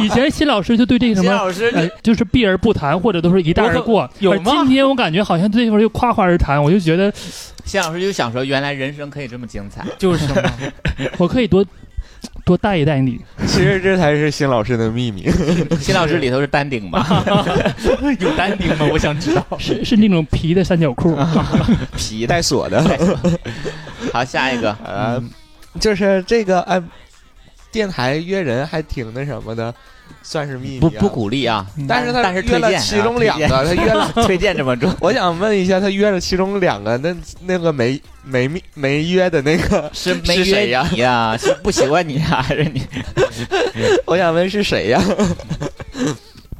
S7: 以前新老师就对这个什
S5: 金
S7: 么，
S5: 老师，
S7: 哎，就是避而不谈，或者都是一带而过。
S6: 有
S7: 而
S6: 吗
S7: 今天我感觉好像对这块又夸夸而谈，我就觉得
S5: 谢老师就想说，原来人生可以这么精 [laughs] 彩。
S6: 就是嘛，
S7: 我可
S6: [laughs]
S7: 以多多带一带你。
S3: 其实这才是新老师的秘密。
S5: 谢老师里头是丹顶 [laughs] 吧，
S6: 有丹顶吗？我想知道。
S7: 是是那种皮的三角裤，
S6: 啊
S5: 皮
S3: 一 [laughs]
S5: 带。
S3: 带锁的，
S5: 好，下一个，
S3: 呃，就是这个哎，电台约人还挺那什么的，算是秘密、
S5: 不不，鼓励啊，
S3: 但是他
S5: 但是
S3: 约
S5: 推
S3: 了
S5: 荐啊，
S3: 其中两个，他
S5: 推荐
S3: 约了。
S5: [laughs] 推荐这么
S3: [laughs]
S5: 重，
S3: 我想问一下，他约了其中两个，那那个没没密没约的那个，
S5: 是没
S3: 是谁
S5: 约
S3: 呀
S5: 你啊 [laughs] 呀？是不喜欢你啊呀？还是你
S3: 我想问是谁 [laughs] 呀、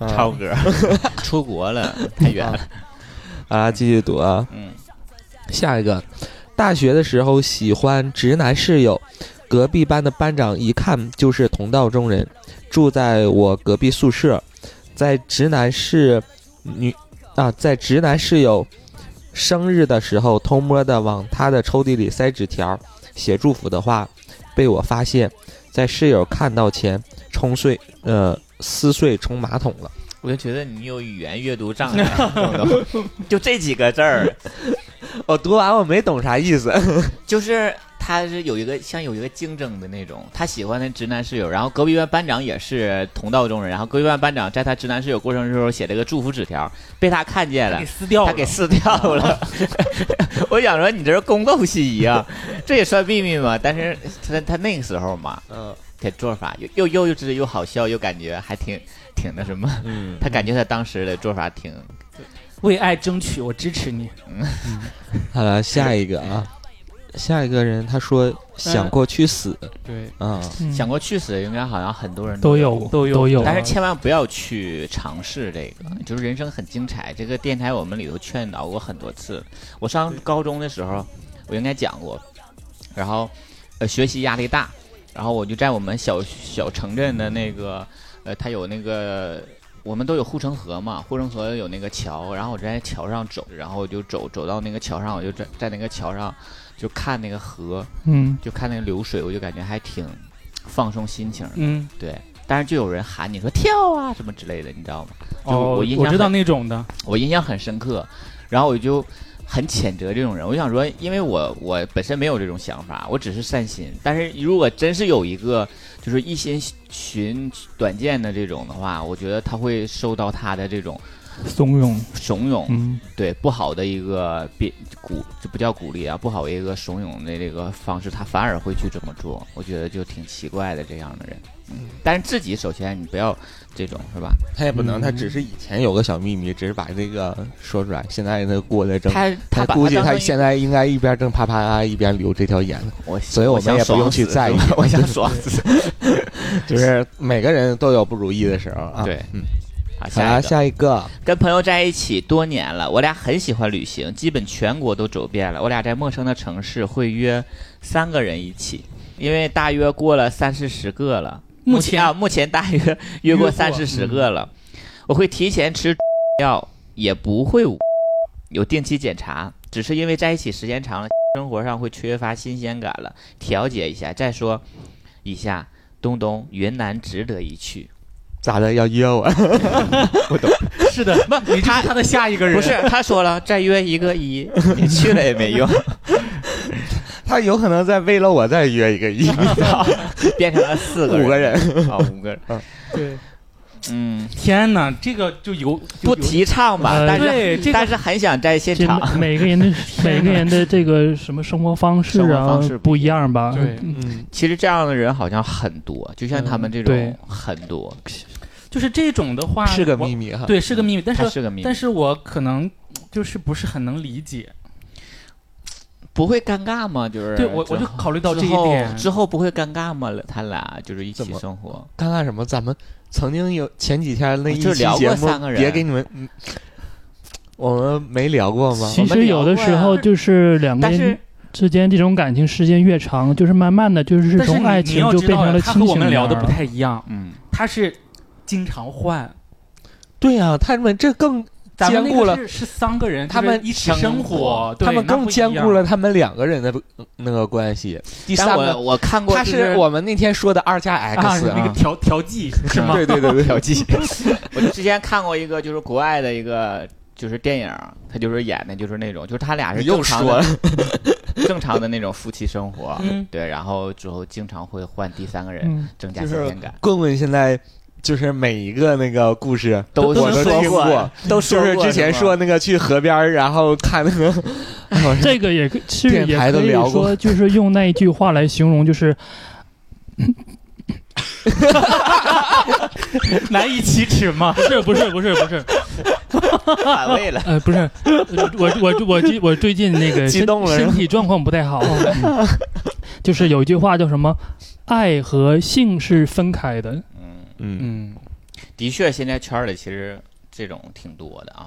S3: 啊
S5: 超 [laughs] 哥出国了，太远了。
S3: 啊，继续读啊，
S5: 嗯，
S3: 下一个，大学的时候喜欢直男室友，隔壁班的班长一看就是同道中人，住在我隔壁宿舍，在直男室女啊，在直男室友生日的时候偷摸的往他的抽屉里塞纸条，写祝福的话，被我发现，在室友看到前冲碎，呃，撕碎冲马桶了。
S5: 我就觉得你有语言阅读障碍， [laughs] 懂不懂就这几个字 [laughs] 儿，
S3: 我哦读完我没懂啥意思，
S5: 就是他是有一个像有一个竞争的那种，他喜欢的直男室友，然后隔壁班班长也是同道中人，然后隔壁班班长在他直男室友过生日的时候写了个祝福纸条，被他看见了
S6: [laughs] 给。撕掉
S5: 他
S6: 了，
S5: 给撕掉了， [laughs] 我想说你这是宫斗戏一样，这也算秘密吗？但是他他那个时候嘛，
S3: 嗯
S5: 这做法又又幼稚又好笑，又感觉还挺挺那什么，
S3: 嗯，
S5: 他感觉他当时的做法挺
S6: 为爱争取，我支持你。
S3: 好了，下一个啊，下一个人他说想过去死
S6: 对，
S3: 啊、
S7: 嗯
S5: 想过去死，应该好像很多人
S7: 都
S5: 有
S7: 有
S5: 过。
S7: 都
S6: 有
S7: 有，
S5: 但是千万不要去尝试这个，就是人生很精彩。这个电台我们里头劝导过很多次。我上高中的时候，我应该讲过，然后呃学习压力大，然后我就在我们小小城镇的那个呃，它有那个我们都有护城河嘛，护城河有那个桥，然后我在桥上走，然后我就走走到那个桥上，我就在在那个桥上就看那个河，
S7: 嗯，
S5: 就看那个流水，我就感觉还挺放松心情的。
S6: 嗯，
S5: 对，但是就有人喊你说跳啊什么之类的，你知道吗？就
S6: 哦，
S5: 我印象
S6: 知
S5: 很
S6: 道那种的，
S5: 我印象很深刻，然后我就很谴责这种人。我想说，因为我我本身没有这种想法，我只是善心。但是如果真是有一个就是一心寻短见的这种的话，我觉得他会受到他的这种
S7: 怂恿，
S5: 怂恿，
S7: 嗯，
S5: 对不好的一个别鼓，这不叫鼓励啊，不好的一个怂恿的这个方式，他反而会去这么做，我觉得就挺奇怪的这样的人。嗯，但是自己首先你不要这种是吧？
S3: 他也不能，
S7: 嗯
S3: 他只是以前有个小秘密，只是把这个说出来，现在他过得正。
S5: 他
S3: 他
S5: 把
S3: 估计
S5: 当成
S3: 他
S5: 一
S3: 现在应该一边正啪啪啊，一边流这条眼 [laughs] 呢。
S5: 我，
S3: 所以我
S5: 我
S3: 们
S5: 想
S3: 也不
S5: 爽
S3: 用去
S5: 死
S3: 在意
S5: 我想爽死。
S3: 就是每个人都有不如意的时候啊。
S5: 对，
S3: 嗯，好
S5: 啊，下
S3: 啦，
S5: 一个，
S3: 下一个，
S5: 跟朋友在一起多年了，我俩很喜欢旅行，基本全国都走遍了。我俩在陌生的城市会约三个人一起，因为大约过了三四十个了。
S6: 目
S5: 目
S6: 前
S5: 啊，目前
S6: [laughs]
S5: 大约约
S6: 约过
S5: 过
S6: 嗯
S5: 三四十个了。我会提前吃药，也不会有定期检查，只是因为在一起时间长了，生活上会缺乏新鲜感了，调节一下。再说一下，东东云南值得一去。
S3: 咋的要约我？ [laughs]
S6: 是的，不，你这是他的下一个人，
S5: 不是，他说了，再约一个一，你去了也没用，
S3: 他有可能在为了我再约一个 [laughs] 亿
S5: [laughs] 变成了四个人，
S3: 五个人。
S5: 啊、五个人。
S6: 对，
S5: 嗯，
S6: 天哪，这个就有
S5: 不，提倡吧，
S7: 呃
S5: 但
S6: 对
S5: 是
S6: 这个
S5: 但是很想在现
S7: 这
S5: 场。
S7: 每每个人的每个人的这个什么生活方式
S5: 生活
S7: 啊
S5: 方式不
S7: 不
S5: 一
S7: 一样吧？
S6: 对
S3: 嗯，
S5: 其实这样的人好像很多，就像他们这
S7: 嗯
S5: 种
S7: 对
S5: 很多，
S6: 有就是这种的话
S3: 是个秘
S6: 密，
S3: 密哈。
S6: 对，是个秘密，但
S5: 他
S6: 是
S5: 是个秘密
S6: 但，是我可能就是不是很能理解，
S5: 不会尴尬吗？就是
S6: 对我
S5: 之
S6: 我就
S5: 后
S6: 考虑到这
S5: 之
S6: 一
S5: 后
S6: 点，
S5: 之后不会尴尬吗？他俩就是一
S3: 怎
S5: 起
S3: 么
S5: 生活，
S3: 看看什么？咱们曾经有前几天那一
S5: 就
S3: 期
S5: 聊过
S3: 节目
S5: 三个，人
S3: 别给你们，嗯 [laughs] 我们没聊过吗？
S7: 其实有的时候嗯就是啊两个
S5: 但是
S7: 人之间这种感情时间越长，就是慢慢的，就是
S6: 但是
S7: 从爱
S6: 你你
S7: 情
S6: 要
S7: 就
S6: 知
S7: 变
S6: 道呀，
S7: 成了
S6: 他和
S7: 亲
S6: 我
S7: 情
S6: 们
S7: 那
S6: 聊
S7: 样啊
S6: 的不
S7: 了。
S6: 太一样，
S5: 嗯，
S6: 他是经常换，
S3: 对呀、他们这更
S6: 咱们
S3: 兼顾
S6: 那
S3: 了
S6: 个是是三个人，
S3: 他们
S6: 就是一起生
S5: 生
S6: 活
S5: 活，
S6: 对
S3: 他们
S6: 那不
S3: 更
S6: 一
S3: 兼顾
S6: 样
S3: 了他们两个人的呃那个关系。第
S5: 但
S3: 三
S5: 我
S3: 个，
S5: 我看过，
S3: 他是我们那天说的二加
S6: 啊，
S3: X
S6: 那个调调剂 [laughs]
S5: [laughs]
S6: 是吗？
S3: 对对对对，调剂。
S5: 我就之前看过一个，就是国外的一个就是电影，他就是演的就是那种，就是他俩是
S3: 你又
S5: 正常
S3: 说
S5: 的正常的那种夫妻生活，
S6: 嗯
S5: 对，然后之后经常会换第三个人，
S7: 嗯，
S5: 增加
S3: 就
S5: 新
S3: 是
S5: 鲜感。
S3: 棍棍现在就是每一个那个故事
S5: 都
S3: 我
S5: 都
S3: 听
S5: 说过，
S3: 都
S5: 说
S3: 就是
S5: 过
S3: 之前
S5: 是吗
S3: 说那个去河边儿，然后看那个，
S7: 这个也可其实
S3: 电
S7: 也
S3: 台都
S7: 可以
S3: 聊过
S7: 说，就是用那一句话来形容，就是
S6: [laughs] 难以启齿嘛。
S7: 不是不是不是不是，
S5: 反胃了。
S7: 呃，不是，我我我最我最近那个
S3: [laughs] 激
S7: 身
S3: 动了是
S7: 身
S3: 吧哦
S7: 体状况不太好，嗯就是有一句话叫什么？爱和性是分开的，
S5: 嗯，
S3: 嗯，
S6: 嗯，
S5: 的确，现在圈儿里其实这种挺多的啊，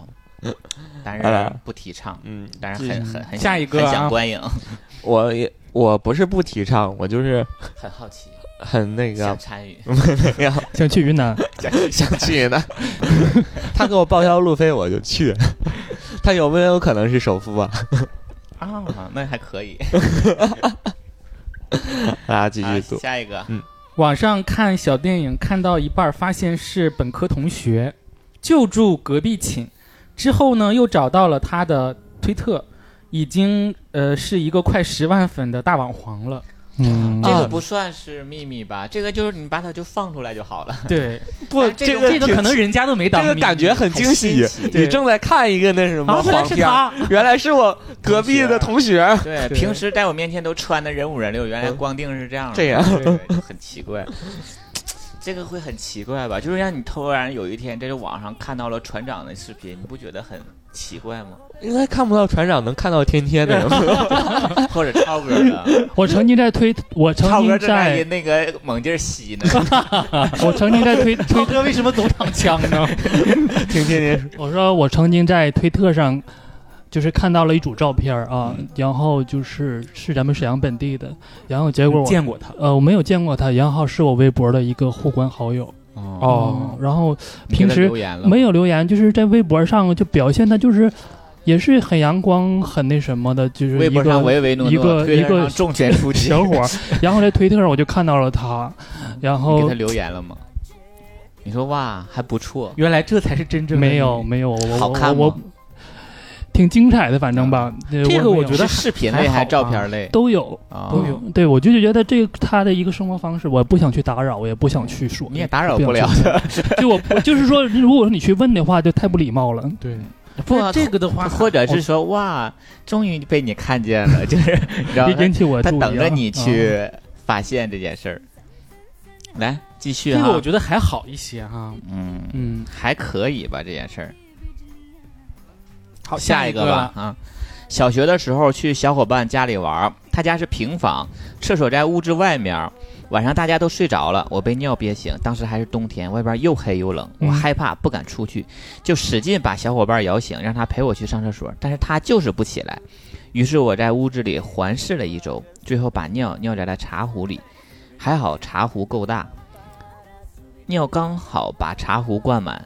S5: 但
S3: 哎
S5: 是不提倡，
S3: 嗯，
S5: 但是很很很
S6: 下一个
S5: 很
S6: 啊
S5: 想观影，
S3: 我也我不是不提倡，我就是
S5: 很好奇，
S3: 很那啊个啊
S5: 想参与。
S7: 想去云南，
S3: [laughs] [laughs] 想去的。他给我报销路费，我就去。他有没有可能是首富啊？
S5: 啊，那还可以。
S3: 大家继
S5: 啊，
S3: 续读。
S5: 下一个，
S6: 网上看小电影看到一半儿，发现是本科同学，就住隔壁寝。之后呢，又找到了他的推特，已经呃是一个快十万粉的大网红了。
S7: 嗯
S5: 这个不算是秘密吧？这个就是你把它就放出来就好
S6: [laughs]
S5: 了。
S6: 对，
S3: 不，
S5: 这
S3: 这
S5: 个
S6: 哎这个
S3: 挺
S6: 可能人家都没当
S3: 这
S6: 秘
S3: 个
S6: 密。
S3: 感觉很惊喜
S5: 很新奇。
S3: 你正在看一个那什么
S6: 啊原来
S3: 黄
S6: 是
S3: 片儿，
S6: 他，
S3: 原来是我隔壁的同学。啊
S5: 对，
S6: 对
S5: 平时在我面前都穿的人五人六，原
S7: 嗯
S5: 来光腚是这样的，
S3: 这样
S5: 对就很奇怪。这个会很奇怪吧？就是让你突然有一天在这网上看到了船长的视频，你不觉得很奇怪吗？
S3: 应该看不到船长，能看到天天的。
S5: 或者超哥的，
S7: 我曾经在推，我
S5: 超
S7: 曾
S5: 哥
S7: 经
S5: 正在
S7: 在，
S5: 那个猛劲儿吸呢。
S7: [laughs] 我曾经在
S3: [laughs]
S7: 推推
S6: 涛哥为什么总躺
S7: [laughs]
S6: 枪呢？
S3: 听天天
S7: 我说我曾经在推特上，就是看到了一组照片儿啊，
S6: 嗯
S7: 然后就是是咱们沈阳本地的，然后结果我
S6: 见过他
S7: 呃我没有见过他，然后是我微博的一个互关好友
S5: 哦，
S7: 嗯，然后
S5: 你给他
S7: 平时
S5: 留言了吗
S7: 没有留言，就是在微博上就表现他就是也是很阳光很那什么的，就是
S5: 微
S7: 一
S5: 博上
S7: 个
S5: 唯唯诺诺，
S7: 一个
S5: 推特上
S7: 一个
S5: 重拳出击。
S7: 小
S6: [laughs]
S7: 伙儿，然后在推特上我就看到了他，然
S5: 你给
S7: 后
S5: 他留言了吗？你说哇，还不错，
S6: 原 [laughs] 来这才是真正的
S7: 没有
S6: 秘密。
S7: 没有我我
S5: 好看
S7: 我我
S5: 吗？
S7: 挺精彩的，反正吧，
S6: 嗯
S7: 这
S6: 这个我觉
S5: 是
S6: 得
S5: 视频类
S6: 还好
S5: 还照
S6: 吧
S5: 片类
S7: 都有。
S5: 啊
S7: 都有。对，我就觉得这个他的一个生活方式，我不想去打扰，我也不想去说。
S5: 你也打扰
S7: 不
S5: 不了
S7: 想去
S5: [laughs]
S7: 问。就我我就是说，如果说你去问的话，就太不礼貌了。
S6: 对，
S5: 不
S6: 那这个的话，哦
S5: 或者是说哇，终于被你看见了， [laughs] 就是你知道
S7: 引引起我
S5: 他
S7: 注意啊。
S5: 等着你
S7: 啊。
S5: 去发现这件事儿。来继续
S6: 这
S5: 哈，
S6: 个我觉得还好一些哈。
S5: 嗯，
S6: 嗯，
S5: 还可以吧这件事儿。
S6: 好，
S5: 下
S6: 一
S5: 个吧。啊。小学的时候去小伙伴家里玩儿，他家是平房，厕所在屋子外面儿。晚上大家都睡着了，我被尿憋醒，当时还是冬天，外边又黑又冷，我
S7: 嗯
S5: 害怕不敢出去，就使劲把小伙伴摇醒，让他陪我去上厕所，但是他就是不起来。于是我在屋子里环视了一周，最后把尿尿在了茶壶里，还好茶壶够大，尿刚好把茶壶灌满。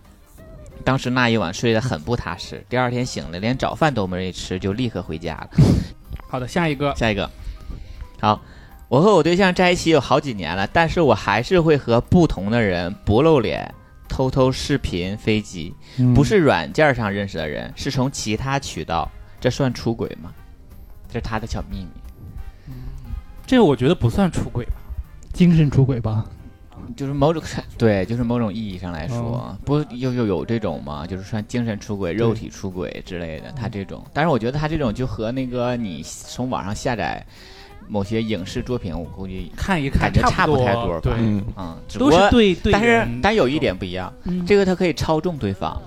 S5: 当时那一晚睡得很不踏实，第二天醒了连早饭都没吃，就立刻回家了。
S6: 好的，下一个。
S5: 下一个，好，我和我对象在一起有好几年了，但是我还是会和不同的人不露脸。偷偷视频飞机，
S7: 啊嗯
S5: 不是软件上认识的人，是从其他渠道，这算出轨吗？这是他的小秘密。
S6: 这个我觉得不算出轨吧。
S7: 嗯精神出轨吧？
S5: 就是某种对，就是某种意义上来说，
S6: 哦
S5: 不又又有这种吗？就是算精神出轨、肉体出轨之类
S6: 嗯
S5: 的，他这种，但是我觉得他这种就和那个你从网上下载某些影视作品，我估计
S6: 看一
S5: 感
S6: 看，
S5: 觉
S6: 差
S5: 差不太多
S6: 多
S5: 吧，
S6: 对，
S3: [laughs] 嗯，
S5: 嗯，只不
S6: 都
S5: 过
S6: 是对对人。
S5: 但是但有一点不一样，
S6: 嗯，
S5: 这个他可以操纵对方，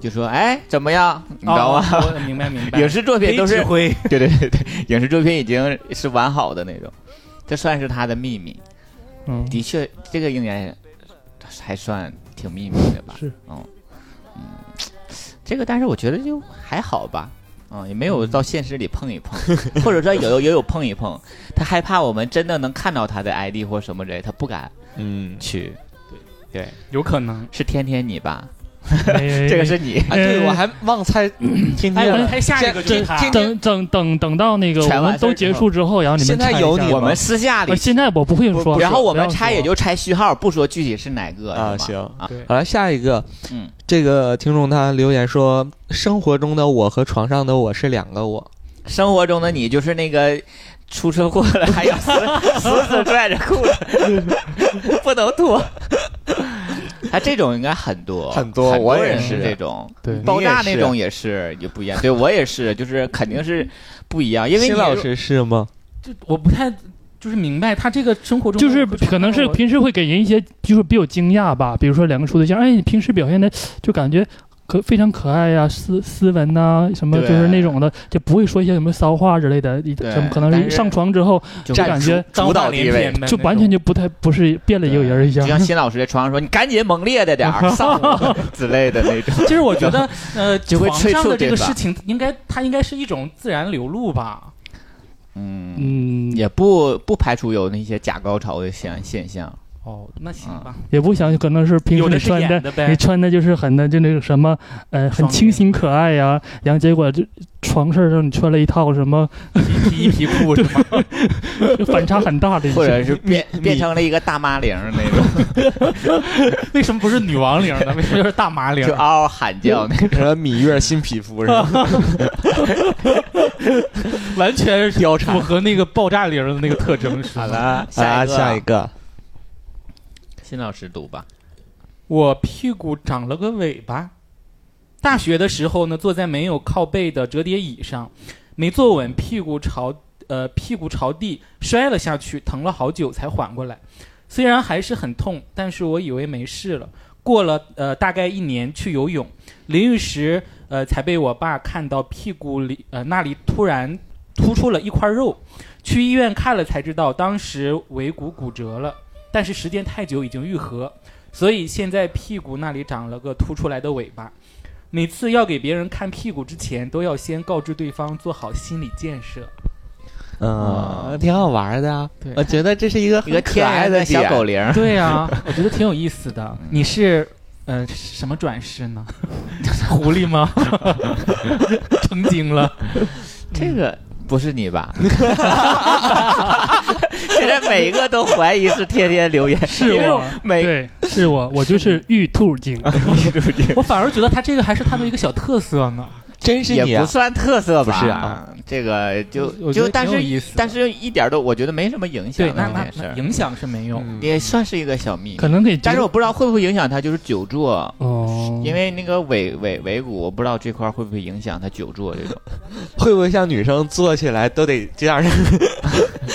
S5: 就说哎怎么样，你知道吗？
S6: 哦？我明白明白。
S5: [laughs] 影视作品都是
S6: 黑指挥，
S5: [laughs] 对对对对，影视作品已经是完好的那种，这算是他的秘密。 [laughs]
S7: 嗯，
S5: 的确，这个应该还算挺秘密的吧？
S7: 是，
S5: 嗯嗯，这个但是我觉得就还好吧，嗯，也没有到现实里碰一碰，或者说有也有碰一碰，他害怕我们真的能看到他的 ID 或什么之类，他不敢
S3: [laughs] 嗯，
S5: 去。对对，
S6: 有
S5: [laughs]
S6: 可能。
S5: 是天天你吧？这
S7: 这
S5: 个是你
S7: 哎
S3: 啊，对我还忘猜天
S6: 哎，
S3: 天
S6: 我们
S3: 了。
S6: 拍下一个就是他。
S3: 这这
S7: 等等等等到那个
S5: 全
S7: 我
S5: 完
S7: 们
S5: 事儿
S7: 都
S5: 之
S7: 结束之后，然后你们
S3: 现在
S7: 看一
S3: 有
S7: 下
S3: 你
S7: 吧
S5: 我们私下里
S7: 呃，现在我不会
S5: 不
S7: 说。
S5: 然后我们
S7: 不要
S5: 猜也
S7: 说
S5: 就猜序号，不说具体是哪个
S3: 啊，
S5: 是
S3: 行
S5: 吗，
S6: 对
S3: 好了，下一个，
S5: 嗯，
S3: 这个听众他留言说，生活中的我和床上的我是两个我。
S5: 生活中的你就是那个出车祸了还要
S7: [laughs]
S5: 死死死拽着裤子， [laughs] 不能脱。他这种应该很多
S3: 很多
S5: 很
S3: 我
S5: 多
S3: 也
S5: 人是
S3: 是
S5: 这种，
S7: 对
S5: 爆炸
S3: 你也
S5: 那
S3: 是
S5: 种也是也不一样。对我也是，就是肯定是不一样，因为你
S3: 新老师是吗？
S6: 就我不太就是明白他这个生活中
S7: 就是可能是平时会给人一些就是比较惊讶吧，比如说两个处对象，哎，你平时表现的就感觉可非常可爱呀、斯斯文呐、什么
S5: 对
S7: 就是那种的，就不会说一些什么骚话之类的，一
S5: 对
S7: 怎么可能
S5: 但
S7: 是
S5: 是
S7: 一上床之后
S5: 就
S7: 就感觉
S5: 主导地位，
S7: 就完全就不太不是变了一个人一
S5: 就像
S7: 样。
S5: 新老师在床上说：“你赶紧猛烈的
S7: [laughs]
S5: 点儿，上我之类的那种。”
S6: 其实我觉得，呃，
S5: [laughs] 就会
S6: 床
S5: 催
S6: 上
S5: 促
S6: 的这
S5: 对
S6: 个
S5: 吧
S6: 事情，应该它应该是一种自然流露吧？
S5: 嗯，
S7: 嗯，
S5: 也不不排除有那些假高潮的现现象。
S6: 哦，那行
S5: 啊
S6: 吧，
S7: 也不想，可能是平时
S6: 有
S7: 你
S6: 的是
S7: 穿
S6: 演
S7: 的，
S6: 的呗
S7: 你。穿的就是很的就那个什么，呃，很
S6: 双
S7: 清
S6: 面
S7: 新可爱呀、然后结果就床事儿上你穿了一套什么，
S6: 皮皮裤是吗？
S7: 就反差很大
S5: [laughs]
S7: 的一些，
S5: 或者是变变成了一个大妈铃儿那种，
S6: 为什么不是女王领呢？为什么就是大麻领
S5: 就？啊嗷嗷
S3: [laughs]
S5: 喊叫那
S3: 什么芈月新皮肤 [laughs] 是吧？
S6: 完全是
S3: 貂
S6: 符
S3: 蝉。
S6: 合那个爆炸领的那个特征。是
S5: 好
S6: 吗？
S5: 了，
S3: 啊，[laughs]
S5: 下
S3: 下一个，
S5: 新老师读吧。
S6: 我屁股长了个尾巴。大学的时候呢，坐在没有靠背的折叠椅上，没坐稳，屁股朝呃屁股朝地摔了下去，疼了好久才缓过来。虽然还是很痛，但是我以为没事了。过了呃大概一年去游泳，淋浴时呃才被我爸看到屁股里呃那里突然突出了一块肉，去医院看了才知道当时尾骨骨折了，但是时间太久已经愈合，所以现在屁股那里长了个凸出来的尾巴。每次要给别人看屁股之前，都要先告知对方做好心理建设。
S3: 嗯，挺好玩的啊
S6: 对。
S3: 我觉得这是一个
S5: 一
S3: 很
S5: 个
S3: 可
S5: 天
S3: 爱
S5: 然的小
S3: 点
S5: 狗铃儿，
S6: 对啊， [laughs] 我觉得挺有意思的。你是呃什么转世呢？ [laughs] 狐狸 [laughs] 吗？成精了。
S5: 这个不是你 [laughs] 吧？现在每一个都怀疑是天天留言，
S7: 是
S5: 因为
S7: 我，
S5: 每
S7: 对，是我，
S6: [laughs]
S7: 我就是玉兔精，
S6: 我反而觉得他这个还是他的一个小特色呢。
S3: 真是你
S5: 也
S3: 啊
S5: 不！算特色吧？
S3: 不是啊，
S5: 这个就
S6: 我觉
S5: 就
S6: 得
S5: 但
S6: 挺有意
S5: 是
S6: 思的
S5: 但是一点都我觉得没什么影响
S6: 对，
S5: 的
S6: 那
S5: 这
S6: 那
S5: 件事
S6: 那
S5: 儿，
S6: 影响是没有。
S3: 嗯
S5: 也算是一个小秘密
S7: 可。能给，
S5: 但是我不知道会不会影响他，就是久坐。
S7: 哦，
S5: 因为那个尾尾尾骨，我不知道这块儿会不会影响他久坐这种
S3: 会不会像女生坐起来都得这样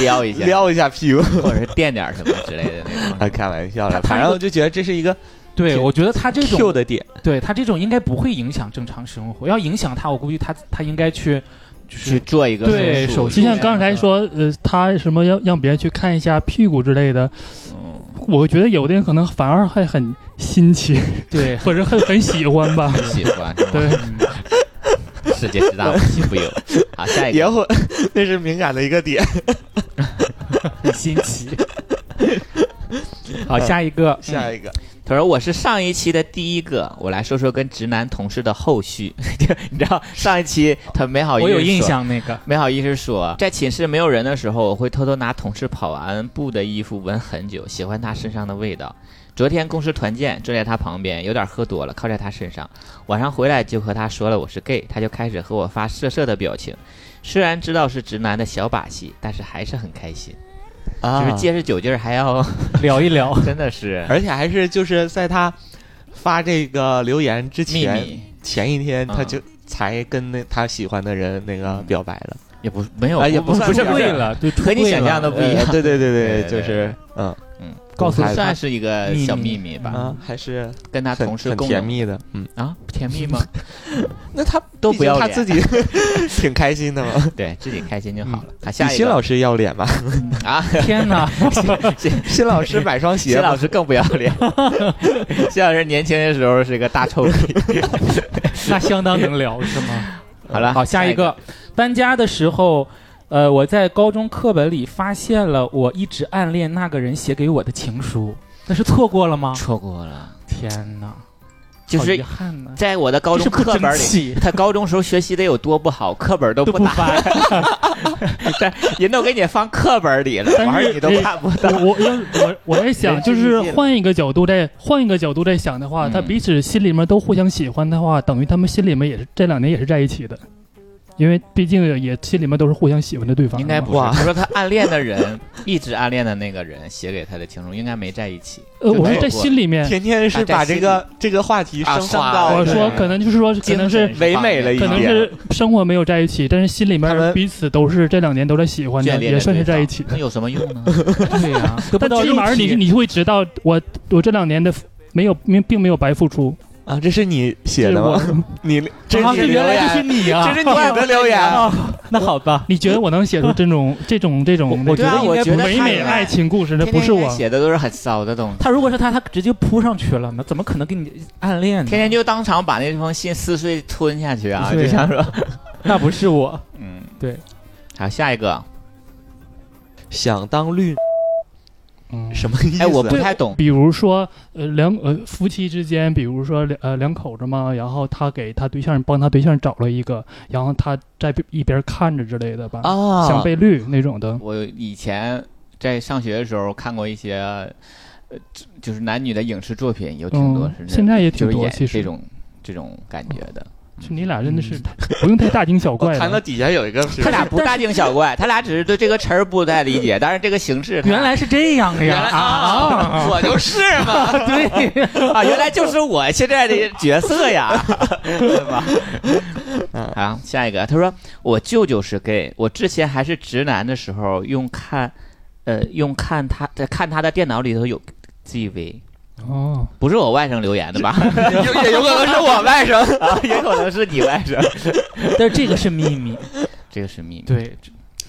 S5: 撩一下，
S3: 撩一下屁股？
S5: 或者是垫点儿什么之类的那种。
S3: 啊， [laughs] 开玩笑
S6: 他
S3: 了，
S6: 他
S3: 反正我就觉得这是一个
S6: 对，
S3: 挺
S6: 我觉得他这
S3: Q
S6: 种，
S3: 的点，
S6: 对他这种应该不会影响正常生活。要影响他，我估计他他应该去
S5: 去
S6: 就是
S5: 做一个
S6: 对
S5: 手
S6: 手
S5: 术
S6: 术
S7: 就像刚才说，呃，他什么要让别人去看一下屁股之类的，
S5: 嗯
S7: 我觉得有的人可能反而还很新奇，
S6: 对。
S7: 或者很很喜
S5: [laughs]
S7: 欢吧。
S5: 喜
S6: [laughs]
S5: 欢是吗？
S7: 对，
S6: 嗯
S5: 世界之大无奇
S6: [laughs]
S5: 不有。好，下一
S3: 也
S5: 个
S3: 会 [laughs] 那是敏感的一个点。
S6: 很新
S5: [laughs]
S6: 奇。好，下一个，
S3: 下一个，
S5: 他说我是上一期的第一个，我来说说跟直男同事的后续。 [laughs] 就你知道上一期他没好意
S6: 我
S5: 思，
S6: 有印。象那个，
S5: 没好意思说，在寝室没有人的时候，我会偷偷拿同事跑完步的衣服闻很久，喜欢他身上的味道。昨天公司团建，坐在他旁边，有点喝多了，靠在他身上。晚上回来就和他说了我是 gay，他就开始和我发色色的表情。虽然知道是直男的小把戏，但是还是很开心，
S3: 啊
S5: 就是借着酒劲儿还要
S3: [laughs]
S6: 聊一聊
S5: 真的是
S3: 而且还是就是在他发这个留言之
S5: 秘
S3: 前，
S5: 密，
S3: 前一天他
S5: 嗯
S3: 就才跟那他喜欢的人那个表白了，
S5: 也不没有
S3: 啊也
S5: 不
S3: 算
S5: 不
S6: [laughs]
S3: 是
S5: 是
S3: 不
S5: 为
S3: 是
S6: 对
S5: 了，
S6: 了，对，
S5: 和你
S6: 出柜
S5: 想
S6: 了
S5: 象的不一样
S3: 呃对对对
S5: 对对
S3: 就是嗯
S5: 嗯，
S6: 告诉
S3: 公开
S6: 他
S5: 算是一个小秘密吧，
S3: 啊，还是
S5: 跟他
S3: 很
S5: 同事
S3: 很
S5: 共
S3: 甜蜜的，嗯，
S5: 啊，甜 [laughs] 蜜吗？
S3: 那他
S5: 都
S3: 毕
S5: 不
S3: 竟
S5: 要
S3: 他
S5: 脸，
S3: 自己 [laughs] 挺开心的嘛。
S5: 对自己开心就好了。啊，
S3: 比
S5: [laughs] 下一
S3: 新
S5: 个
S3: 老师要脸 [laughs] 吧？
S5: 啊，[laughs]
S6: 天哪，
S3: [laughs] 新老师买双
S5: 新
S3: 鞋吧，
S5: 老师更不要脸。新老师年轻的时候是个大臭屁。
S6: 那相当能聊是吗？
S5: 好了，
S6: 好，下
S5: 一
S6: 一个，搬家的时候，呃，我在高中课本里发现了我一直暗恋那个人写给我的情书，那是错过了吗？
S5: 错过了，
S6: 天哪，
S5: 就
S6: 好遗
S5: 是
S6: 憾呢，
S5: 在我的高中
S6: 就是不
S5: 课本
S6: 争
S5: 里。
S6: 气
S5: 他高中时候学习得有多不好，课本都
S6: 都
S5: 不
S6: 不
S5: 打，
S6: 翻，
S5: [laughs] 但人都给你放课本里了，
S7: 但
S5: 玩
S7: 是
S5: 意儿你都
S7: 这
S5: 看不到。
S7: 我我要我我在想，
S5: 人之
S7: 就
S5: 一
S7: 是
S5: 见
S7: 换一个角度再换一个角度再想的话，
S5: 嗯
S7: 他彼此心里面都互相喜欢的话，等于他们心里面也是这两年也是在一起的，因为毕竟也心里面都是互相喜欢的对方
S5: 应
S7: 嘛。
S5: 该不是，
S3: 哇
S5: 他说他暗恋的人，一直暗恋的那个人写给他的情书，应该没在一起。
S7: 呃，
S5: 就
S7: 我
S5: 没
S7: 说在
S5: 有过
S7: 心里面，
S3: 天天是把这个这个话题
S5: 啊
S3: 升上
S5: 上
S3: 到
S5: 来
S7: 我
S5: 了
S7: 说
S5: 对
S7: 可能就是说可能是
S5: 精神
S3: 唯美了一
S7: 可能
S3: 点
S7: 是生活没有在一起，但是心里
S3: 他们
S7: 面彼此都是这两年都在喜欢
S5: 眷
S7: 的，
S5: 恋
S7: [laughs] 也
S5: 着
S7: 算是
S5: 对
S7: 在一
S5: 方
S7: 起的
S5: 那。有什么用
S7: [laughs]
S5: 呢？
S6: 对呀， [laughs] 得不
S7: 但
S6: 到
S7: 起
S6: 肉
S7: 码你
S6: 体
S7: 你会知道我我这两年的没有没并没有白付出，
S3: 啊，这是你写的吗？你这
S6: 啊，
S3: 是
S6: 这
S3: 你留
S6: 原来
S3: 言
S6: 就是你啊，
S3: 这是你的留
S6: [laughs]
S3: 言
S6: 啊，那好吧，
S7: 你觉得我能写出这种这种这种
S6: 我
S7: 那
S6: 觉
S5: 对
S7: 个
S5: 啊，
S6: 得应
S5: 我
S6: 该
S5: 觉得
S7: 唯
S5: 他
S7: 美
S5: 应该
S7: 爱情故事？那
S5: 天
S7: 不
S5: 天
S7: 是我，
S5: 写的，都是很骚的东西。
S6: 他如果是他，他直接扑上去了呢，怎么可能给你暗恋呢？
S5: 天天就当场把那封信撕碎吞下去啊！
S6: 嗯对
S5: 就想说，
S6: [laughs] 那不是我，
S5: 嗯，
S6: 对。
S5: 好，下一个，
S3: 想当绿
S7: 嗯
S3: 什么意思？
S5: 哎，我不太懂，
S7: 比如说，呃，两呃夫妻之间，比如说两呃两口子嘛，然后他给他对象帮他对象找了一个，然后他在一边看着之类的吧，
S5: 啊
S7: 像被绿那种的。
S5: 我以前在上学的时候看过一些，呃，就是男女的影视作品，有挺多
S7: 嗯
S5: 是，那
S7: 现在也
S5: 就
S7: 挺
S5: 是
S7: 多，
S5: 演
S7: 其
S5: 这
S7: 实
S5: 种这种感觉的。
S7: 就你俩真的是不用太大惊小
S3: 我
S7: 怪
S3: 看到
S7: 了。
S3: 底下有一个是
S5: 他俩不大惊小怪，他俩只是对这个词儿不太理解，但是这个形式他
S6: 原来是这样呀！
S5: 原来 [laughs] 啊，我就是嘛，
S6: 对，
S5: 啊，原来就是我现在的角
S3: [laughs]
S5: 色呀，对吧？好，下一个，他说我舅舅是 gay，我之前还是直男的时候，用看，呃，用看他在看他的电脑里头有 GV，
S7: 哦，
S5: 不是我外甥留言的吧？
S3: [laughs] 有也有可能是我外甥。
S5: [laughs] 啊，也可能是你外甥，
S6: 但是这个是秘密，
S5: 这个是秘密。
S6: 对，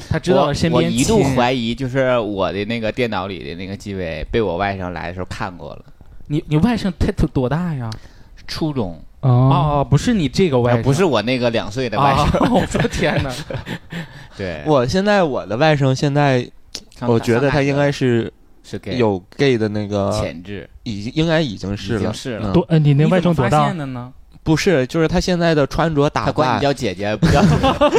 S6: 他知道了身
S5: 我
S6: 边
S5: 一度
S6: 亲人
S5: 怀疑，就是我的那个电脑里的那个 GV 被我外甥来的时候看过了，
S6: 你你外甥他多多大呀？
S5: 初中，呃
S7: 哦，
S6: 哦，不是你这个外甥，
S5: 哎不是我那个两岁的外
S6: 啊
S5: 甥，！
S6: 我的天哪！
S3: [laughs]
S5: 对，
S3: 我现在我的外甥现在，
S5: 上
S3: 我觉得他应该是
S5: 是给
S3: 有 gay 的那个，
S5: 潜质，
S3: 已经应该已经是
S5: 已经
S3: 了，
S5: 是
S3: 嗯
S5: 了
S7: 多，呃，你
S6: 你
S7: 那外
S6: 怎
S7: 甥
S6: 么
S7: 多
S6: 发
S7: 大
S6: 现？的呢？
S3: 不是，就是他现在的穿着打
S5: 他管
S3: 扮
S5: 你，叫姐姐，
S3: [laughs]
S5: 不叫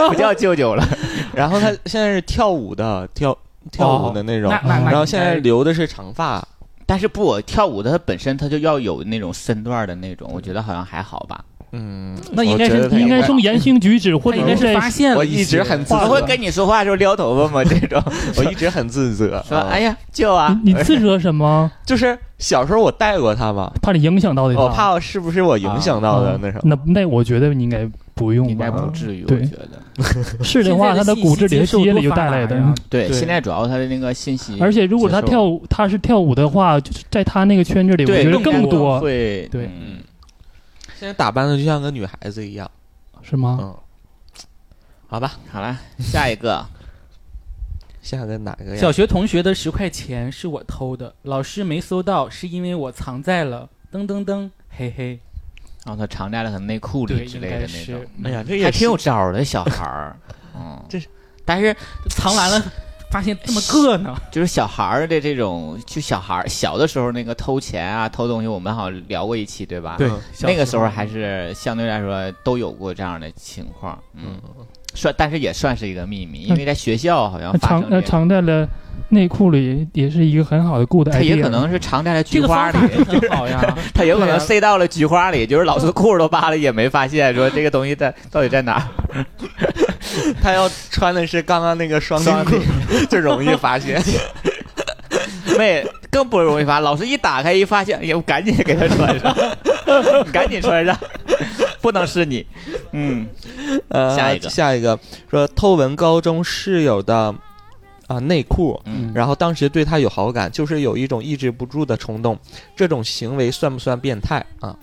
S5: 不叫舅舅了。
S3: 然后他现在是跳舞的，跳跳舞的那种，
S6: 那哦那那
S3: 然后
S6: 你
S3: 现在
S6: 该
S3: 留的是长发，
S5: 但是不，我跳舞的他本身他就要有那种身段的那种，我觉得好像还好吧。
S3: 嗯，
S7: 那应该
S3: 我觉
S7: 是
S3: 得他
S7: 应该送言行举止，或
S6: 他
S7: 者
S6: 应该是
S7: 在
S6: 发现了
S3: 我
S6: 一
S3: 一
S6: 些
S3: 直很自
S5: 他会
S3: 责，
S5: 跟你说话的时候撩头发吗？这
S3: [laughs]
S5: 种
S3: 我一直很自责，
S5: 说，
S3: 嗯
S5: 哎呀，舅啊，
S7: 你你自责什么？
S3: 就是小时候我带过他嘛，
S7: 怕你影响到的他。
S3: 我怕是不是我影响到的那什么，
S7: 那那我觉得你应该不用吧，
S5: 应该不至于，我
S7: 嗯对
S5: 觉得。
S7: 是的
S6: 现
S7: 话，
S6: 在
S7: 他的
S6: 信
S7: 骨
S6: 息
S7: 子里、
S6: 接
S7: 他
S6: 受
S7: 基因
S6: 多
S7: 里就
S6: 发
S7: 带
S6: 达
S7: 来
S6: 呀
S7: 的。嗯
S5: 对，
S3: 对
S5: 现在主要他的那个信息接受，
S7: 而且如果他跳舞，他是跳舞的话，就是在他那个圈子里，我
S5: 对
S7: 觉得
S6: 更
S7: 更
S6: 多
S7: 多，
S5: 会
S7: 对
S5: 嗯
S3: 现在打扮的就像个女孩子一样，
S7: 是吗？
S3: 嗯，好吧，
S5: 好了，下一个
S3: 下个哪个
S6: 小
S3: 呀？
S6: 学同学的十块钱是我偷的，老师没搜到，是因为我藏在了噔噔噔，嘿嘿，
S5: 然后他藏在了他内裤
S6: 对，
S5: 里之
S6: 应
S5: 类
S6: 该
S5: 的那
S6: 是
S5: 种，嗯
S3: 哎呀，这也
S5: 还
S3: 是
S5: 挺有招儿的小孩儿。嗯，
S3: 这是，
S5: 但是
S6: 藏
S5: [laughs]
S6: 完了，发现这么个呢，
S5: 就是小孩儿的这种，就小孩儿小的时候那个偷钱啊、偷东西，我们好像聊过一期，对吧？
S3: 对
S5: 嗯
S6: 小
S5: 那个时候还是相对来说都有过这样的情况，嗯，算，但是也算是一个秘密，因为在学校好像啊
S7: 那
S5: 发
S7: 藏
S5: 生
S7: 那
S5: 这个，
S7: 藏在了内裤里，也是一个很好的 good
S5: 他
S7: idea。
S5: 也可能是藏在了
S6: 这
S5: 菊
S6: 个
S5: 花
S6: 方
S5: 里
S6: 法，是很
S5: [laughs]
S6: 好呀，
S5: 他有可能
S6: 对啊
S5: 塞到了菊花里，就是老师裤子都扒了也没发现，说这个东西在到底在哪儿？
S3: [laughs] 他要穿的是刚刚那个双
S5: 双
S3: 丁
S5: 丁
S3: 裤，就容易发现。
S5: [laughs] 妹更不容易发，老师一打开一发现，也赶紧给他穿
S3: [laughs]
S5: 上，赶紧穿上，不能是你，嗯，
S3: 呃，
S5: 下一个
S3: 下一个说偷闻高中室友的啊、内裤，
S5: 嗯
S3: 然后当时对他有好感，就是有一种抑制不住的冲动，这种行为算不算变态啊？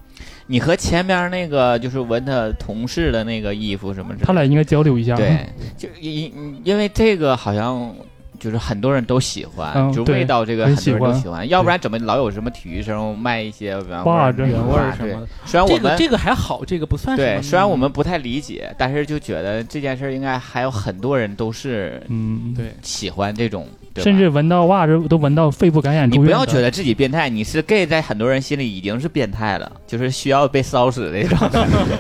S5: 你和前面那个就是闻他同事的那个衣服什么之类的，
S7: 他俩应该交流一下。
S5: 对，就因因为这个好像就是很多人都喜欢，
S7: 嗯
S5: 就是
S7: 对
S5: 味道这个
S7: 很
S5: 很多人都
S7: 喜欢
S5: 喜欢，要不然怎么老有什么体育生卖一些原味
S7: 袜
S5: 儿啊
S7: 子
S5: 那种
S7: 原
S6: 味儿
S5: 袜
S6: 什
S5: 对
S6: 么的。
S5: 虽然我
S6: 这
S5: 们
S6: 个这个还好，这个不算什么
S5: 对，
S6: 秘密。
S5: 虽然我们不太理解，但是就觉得这件事儿应该还有很多人都是
S7: 嗯，
S6: 对
S5: 喜欢这种，对吧
S7: 甚至闻到袜子都闻到肺部感染
S5: 你
S7: 住院
S5: 不
S7: 的。
S5: 要觉得自己变态，你是 gay，在很多人心里已经是变态了，就是需要被烧死的那种，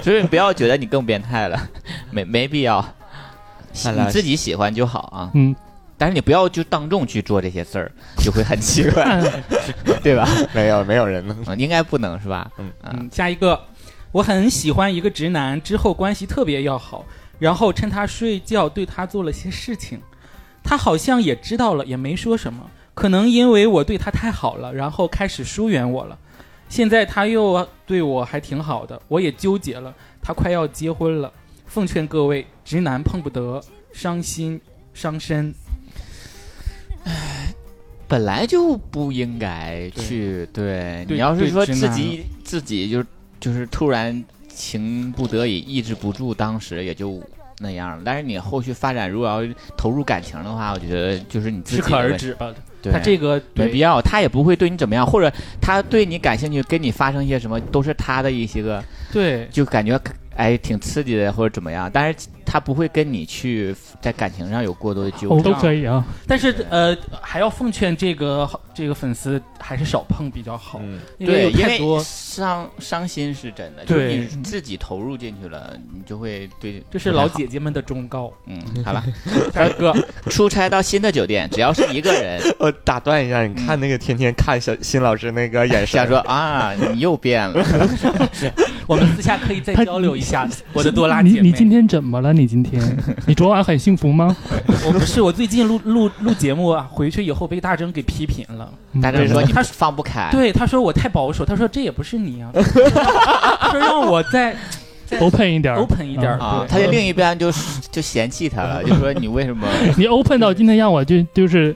S5: 所以你不要觉得你更变态了，没没必要，
S3: 看
S5: 你
S3: 来
S5: 自己喜欢就好啊。
S7: 嗯，
S5: 但是你不要就当众去做这些事儿，就会很奇怪，
S7: 看
S5: 对吧？
S3: 没有，没有人能。
S5: 嗯应该不能是吧？
S3: 嗯
S5: 啊，
S6: 嗯，下一个，我很喜欢一个直男，之后关系特别要好，然后趁他睡觉对他做了些事情，他好像也知道了，也没说什么。可能因为我对他太好了，然后开始疏远我了。现在他又对我还挺好的，我也纠结了。他快要结婚了，奉劝各位，直男碰不得，伤心伤身。
S5: 本来就不应该去。对你
S6: 对
S5: 要是说
S6: 对
S5: 自
S6: 直男
S5: 己自己就是就是突然情不得已抑制不住，当时也就那样了。但是你后续发展，如果要投入感情的话，我觉得就是你自己
S6: 适可
S5: 的
S6: 而
S5: 问题。
S6: 止吧，
S5: 对
S6: 他这个
S5: 没
S6: 对
S5: 必要，他也不会对你怎么样，或者他对你感兴趣，跟你发生一些什么，都是他的一些个。
S6: 对
S5: 就感觉哎挺刺激的或者怎么样，但是他不会跟你去在感情上有过多的纠
S6: 哦
S7: 我
S5: 缠。
S7: 哦都可以啊。
S6: 但是呃，还要奉劝这个这个粉丝还是少碰比较好，
S3: 嗯，
S6: 因
S5: 对，
S6: 有
S5: 因
S6: 太
S5: 为
S6: 多
S5: 伤伤心是真的，
S6: 对
S5: 就是你自己投入进去了，你就会对，
S6: 这是老姐姐们的忠告。
S5: 嗯，
S6: [laughs]
S5: 好吧。
S6: 大哥，
S5: 出差到新的酒店，只要是一个人，
S3: [laughs]
S6: [laughs]
S3: 我打断一下，你看那个天天看小新老师那个眼
S5: 想
S3: 神，
S5: 说啊，你又变了，
S6: [laughs] 我们私下可以再
S7: 他
S6: 交流一下， [laughs] 我的多拉
S7: 你
S6: 姐妹。
S7: 你今天怎么了？你今
S6: [laughs]
S7: 天你昨晚很幸福吗？
S6: 我不是我最近录录录节目啊，回去以后被大征给批评了。
S5: 大
S7: 嗯
S5: 家说你不放不开，
S6: 哎对，他说我太保守，他说这也不是 [laughs] 你啊，他说让我再对
S7: open 一点儿
S6: open 一点儿
S7: 嗯
S5: 啊，
S6: 对
S5: 他的另一边就就嫌弃他
S6: [laughs]
S5: 了，就说你为什么？
S7: 嗯你 open 到今天让我就就是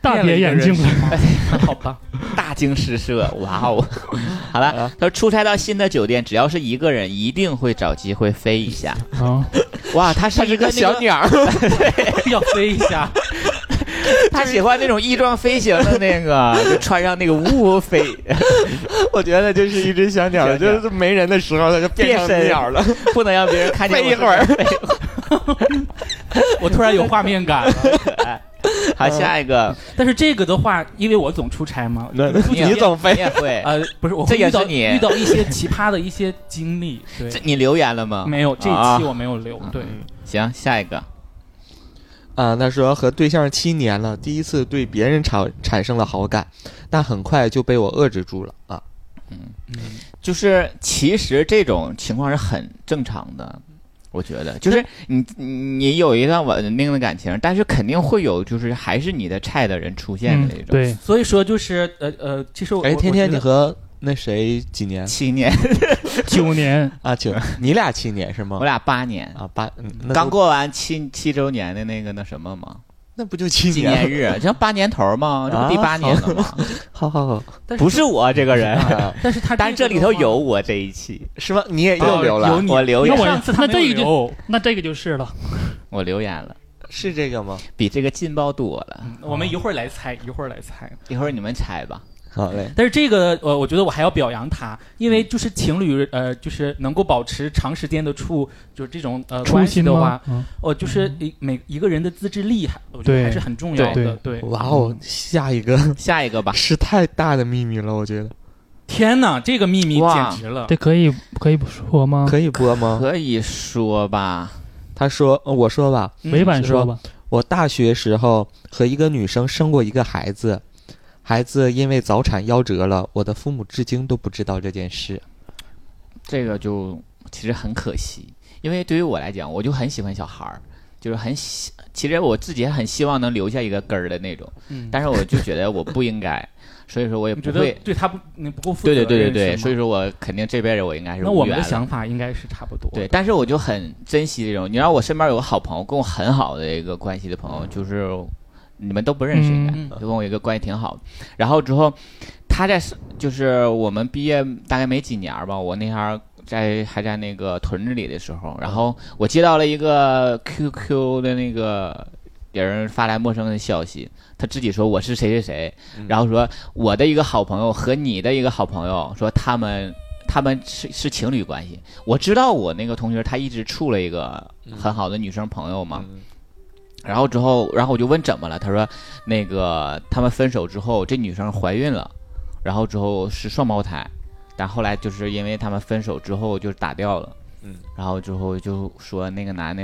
S7: 大跌眼镜
S6: 了
S7: 了。
S6: 一个人是吗， [laughs] 好吧，
S5: 大惊失色，哇哦！ [laughs] 好了，
S6: 啊
S5: 他说出差到新的酒店，只要是一个人，一定会找机会飞一
S6: [laughs]
S5: 下。
S7: 啊！
S5: 哇，他是一个小鸟，
S6: 要飞一下。
S5: 他喜欢那种翼装飞行的那个，就穿上那个呜呜飞，
S3: 我觉得就是一只小鸟，
S5: [laughs] 小鸟
S3: 就是没人的时候它就变
S5: 变
S3: 成
S5: 身 [laughs]
S3: 鸟了，
S5: 不能让别人看见。
S3: 飞一会儿，
S6: 我突然有画面感了。
S5: 哎好，
S3: 嗯
S5: 下一个，
S6: 但是这个的话，因为我总出差嘛，
S5: 也
S3: [laughs] 你总飞啊
S5: 你，也
S3: [laughs]
S5: 会？
S6: 呃，不是我
S5: 哎这
S6: 会
S5: 也
S6: 遇到
S5: 是你
S6: 遇到一些奇葩的一些经历，对
S5: 这，你留言了吗？
S6: 没有这一
S5: 啊
S6: 期我没有留，
S7: 嗯
S6: 对，
S5: 行，下一个，
S3: 啊，他说和对象七年了，第一次对别人产产生了好感，但很快就被我遏制住了啊。
S5: 就是其实这种情况是很正常的，我觉得，就是你你你有一段稳定的感情，但是肯定会有就是还是你的菜的人出现
S7: 嗯
S5: 的那，种。
S7: 对，
S6: 所以说就是呃呃，其实我
S3: 哎，
S6: 我
S3: 天
S6: 我
S3: 天
S6: 觉
S3: 你
S6: 得
S3: 和那谁几年
S5: 七年，
S7: 九年
S3: 啊？九，你俩七年是吗
S5: 我？俩八年，
S3: 啊，八，嗯那
S5: 刚
S3: 不
S5: 过完七七周年的那个那什么嘛，
S3: 那不就七
S5: 纪
S3: 年
S5: 念
S3: 了？
S5: 日，这八年头嘛，这
S3: 啊
S5: 不第八年了吗？
S3: [laughs] 好好好，
S6: 但是
S5: 不是我这
S3: [laughs]
S5: 个人，
S3: 啊
S6: 但是他
S5: 但这
S6: 个
S5: 里
S6: 的
S5: 头
S6: 话
S5: 有我这一期，
S3: 是吗？你也又
S6: 哦
S3: 留
S6: 有
S3: 了，
S6: 你
S5: 我留
S7: 那
S5: 言，
S7: 我
S6: 上次他
S7: 那
S6: 没
S7: 这
S6: 有
S7: 个就那这个就是了。
S5: 我留言了，
S3: 是这个吗？
S5: 比这个劲爆多了。
S6: 我们一会儿来猜，一会儿来猜。
S5: 一会儿你们猜吧，
S3: 好嘞，
S6: 但是这个，呃，我觉得我还要表扬他，因
S5: 嗯
S6: 为就是情侣，呃，就是能够保持长时间的处，就是这种呃
S7: 初
S6: 关系
S7: 心
S6: 的
S7: 吗
S6: 话，？
S7: 嗯
S6: 哦，就是一每一个人的自制力还，我觉得
S7: 对
S6: 还是很重要的。对，
S3: 哇哦，下一
S5: [laughs]
S3: 个
S5: 下一个吧。
S3: 是太大的秘密了，我觉得
S6: 天哪，这个秘密
S5: 哇
S6: 简直了！
S7: 这可以可以不说吗？
S3: 可以播吗？
S5: 可以说吧，
S3: 他说，呃我说吧，
S6: 嗯
S7: 委婉
S3: 是
S7: 说
S3: 吧
S7: 吧。
S3: 我大学时候和一个女生生过一个孩子，孩子因为早产夭折了，我的父母至今都不知道这件事。
S5: 这个就其实很可惜，因为对于我来讲，我就很喜欢小孩儿，就是很喜，其实我自己也很希望能留下一个根儿的那种，
S6: 嗯，
S5: 但是我就觉得我不应该，所以说我也
S6: 你
S5: 不
S6: 觉得
S5: 会。
S6: 对他不，你不够负责
S5: 对
S6: 任
S5: 对对对
S6: 是
S5: 对，
S6: 吗
S5: 所以说我肯定这辈子我应该是
S6: 那我
S5: 无
S6: 们
S5: 缘
S6: 的
S5: 了。
S6: 想法应该是差不多。
S5: 对，，但是我就很珍惜这种。你知道，我身边有个好朋友，跟我很好的一个关系的朋友，就是你们都不认识，应该、
S6: 嗯嗯嗯
S5: 就跟我一个关系挺好的。然后之后，他在就是我们毕业大概没几年儿吧，我那天儿在还在那个屯子里的时候，然后
S6: 嗯
S5: 我接到了一个 QQ 的那个有人发来陌生的消息，他自己说我是谁谁谁，
S6: 嗯
S5: 然后说我的一个好朋友和你的一个好朋友说他们他们是是情侣关系。我知道我那个同学他一直处了一个很好的女生朋友嘛，然后之后，然后我就问怎么了，他说那个他们分手之后，这女生怀孕了，然后之后是双胞胎，但后来就是因为他们分手之后就打掉了，
S3: 嗯，
S5: 然后之后就说那个男的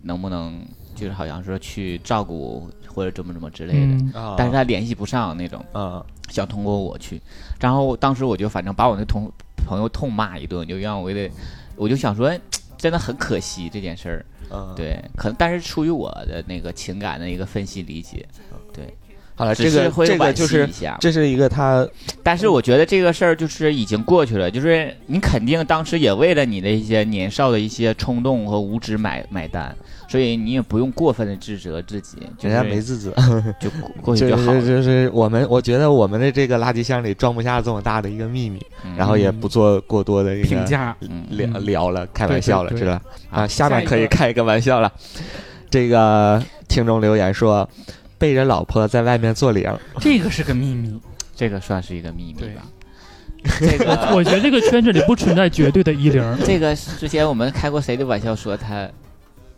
S5: 能不能就是好像说去照顾或者怎么怎么之类的，
S7: 嗯，
S3: 啊
S5: 但是他联系不上那种，
S3: 啊，
S5: 想通过我去，然后当时我就反正把我那同朋友痛骂一顿，就让我给，我就想说，真的很可惜这件事儿。
S3: 嗯，
S5: 对，可能但是出于我的那个情感的一个分析理解，
S3: 好了，这
S5: 只是
S3: 个
S5: 会
S3: 这
S5: 惋
S3: 个
S5: 惜
S3: 就
S5: 一
S3: 是
S5: 下。
S3: 这是一个他
S5: 但是我觉得这个事儿就是已经过去了，就是你肯定当时也为了你的一些年少的一些冲动和无知买买单，所以你也不用过分的自责自己，就是
S3: 人家没自责，
S5: 就过过去
S3: 就
S5: [laughs] 就好
S3: 是
S5: 了。
S3: 就是我们，我觉得我们的这个垃圾箱里装不下这么大的一个秘密，
S5: 嗯
S3: 然后也不做过多的一个
S6: 评价
S5: 嗯，
S3: 聊
S6: 嗯
S3: 聊了，开玩笑了，
S6: 对
S3: 是
S6: 对
S3: 吧？啊，下
S6: 下
S3: 面
S6: 一
S3: 可以
S6: 个
S3: 开一个玩笑了。这个听众留言说，背着老婆在外面做零，
S6: 这个是个
S5: [laughs]
S6: 秘密。
S5: 这个算是一个秘密
S6: 对
S5: [laughs] 吧。这个
S7: 嗯我觉得
S6: [laughs]
S7: 这个圈子里不存在绝对的一零。
S5: 这个之前我们开过谁的玩笑说他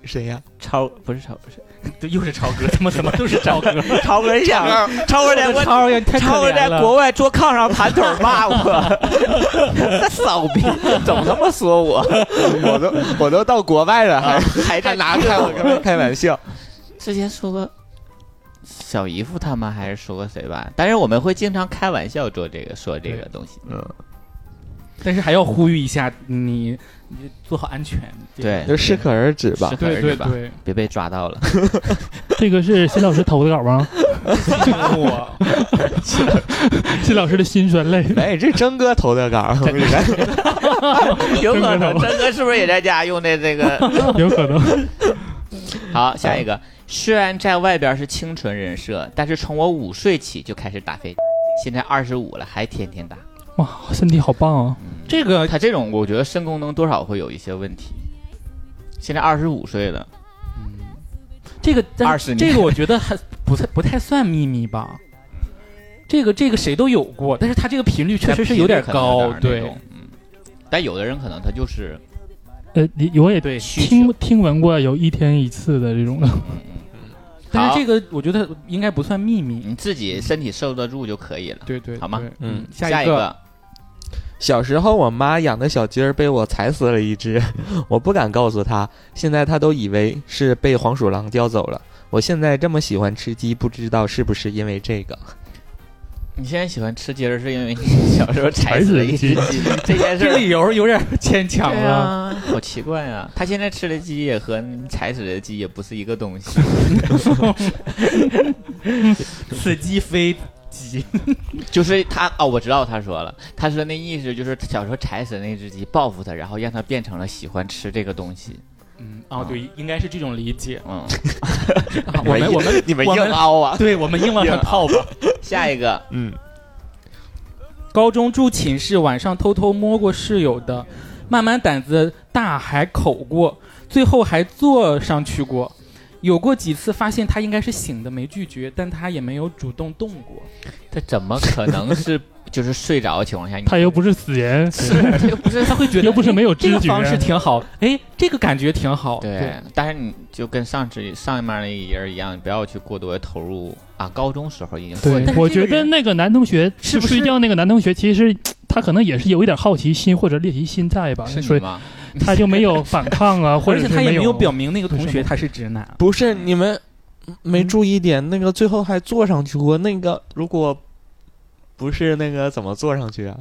S3: 谁呀？ [laughs]
S5: 超不是超 [laughs] 是
S6: 对，又是超哥，他妈怎么都是超哥？
S5: 超哥想超哥在
S6: 我的超儿也太
S5: 超
S6: 可
S5: 哥在
S6: 怜
S5: 国
S6: 了。
S5: 外坐炕上盘腿儿 [laughs] 骂我，骚逼， [laughs] 总他妈说我， [laughs]
S3: 我都我都到国外了，还
S5: 还在
S3: 还拿开我开开玩笑。
S5: 之前说过小姨夫他们还是说过谁吧，但是我们会经常开玩笑做这个说这个东西。
S6: [laughs] 但是还要呼吁一下，你你做好安全。这个
S5: 对，
S3: 就适可而止吧
S5: 适。可而
S6: 对
S5: 止
S6: 对
S5: 吧，
S6: 对，
S5: 别被抓到了。
S7: 这个是辛老师投的
S6: [laughs]
S7: 稿吗？
S6: 我
S7: 辛老师的心酸泪。
S3: 哎，这征哥投的稿，我跟你说
S5: 有可
S7: 真的
S5: 能
S7: 吗
S5: 真哥是不是也在家用的这个？
S7: 有可能。
S5: 好，下一个。虽然在外边是清纯人设，但是从我五岁起就开始打飞，现在二十五了还天天打。
S7: 哇，身体好棒啊！
S6: [laughs] 这个
S5: 他这种，我觉得肾功能多少会有一些问题。现在二十五岁了，[laughs]
S6: 这个但是
S5: 20年
S6: 这个我觉得还不太不太算秘密吧。这个这个谁都有过，但是他这个频率确实是有点高，
S5: 但频率可能有点儿那
S6: 对
S5: 种，嗯。但有的人可能他就是，
S7: 呃，你我也
S6: 对
S7: 听听闻过有一天一次的这种的，
S5: 嗯嗯，
S6: 但
S5: 好
S6: 是这个我觉得应该不算秘密。
S5: 你自己身体受得住就可以了。
S6: 对对，
S5: 好吗
S6: 对？
S3: 嗯
S6: 下
S5: 下
S6: 一
S5: 一
S6: 个
S5: 个，
S3: 小时候，我妈养的小鸡儿被我踩死了一
S6: [laughs]
S3: 只，我不敢告诉她，现在她都以为是被黄鼠狼叼走了。我现在这么喜欢吃鸡，不知道是不是因为这个？
S5: 你现在喜欢吃鸡儿，是因为你小
S6: [laughs]
S5: 时候踩死了一只鸡，这件事
S6: 这
S5: 儿
S6: 理由有点牵强
S5: 对
S6: 了。
S5: 啊，好奇怪啊！他现在吃的鸡也和你踩死的鸡也不是一个东 [laughs] 西。
S6: 此鸡非鸡，
S5: 就是他哦，我知道他说了，他说那意思就是小时候踩死那只鸡，报复他，然后让他变成了喜欢吃这个东西。
S6: 嗯，哦，对，应该是这种理解。
S5: 嗯，
S6: 啊 [laughs] 我们我们
S5: 你们
S6: 我们
S5: 硬凹啊！
S6: 对，我们硬往上套吧。
S5: 下一个，
S3: 嗯，
S6: [laughs] 高中住寝室，晚上偷偷摸过室友的，慢慢胆子大还口过，最后还坐上去过。有过几次发现他应该是醒的，没拒绝，但他也没有主动动 [laughs] 过。
S5: [laughs] 他怎么可能是 [laughs] 就是睡着的情况下？
S7: 他又不是死人，
S5: 又不是
S6: 他会觉得啊
S7: 又不是没有
S6: 这个
S7: 知觉
S6: 方式挺好，哎，这个感觉挺好。
S5: [laughs] 对，但是你就跟上次上面那一人一样，你不要去过多的投入啊。高中时候已经过
S7: 对
S6: 但是这，个
S7: 我觉得
S6: 人
S7: 那个男同学
S6: 是
S7: 就
S6: 不是
S7: 睡觉那个男同学，其实他可能也是有一点好奇心或者猎奇心在吧，
S5: 是
S7: 所
S5: 你
S7: 以
S5: 吗？
S7: 他就没
S6: [laughs]
S7: 有反抗啊，或
S6: 而
S7: 者
S6: 且
S7: 是
S6: 他也没有
S7: 有
S6: 表。明那个同
S7: 为
S6: 学
S7: 什么
S6: 他是直男。
S3: 不是你们没
S6: 嗯
S3: 注意点，那个最后还坐上去过，那个如果不是那个怎么坐上去啊？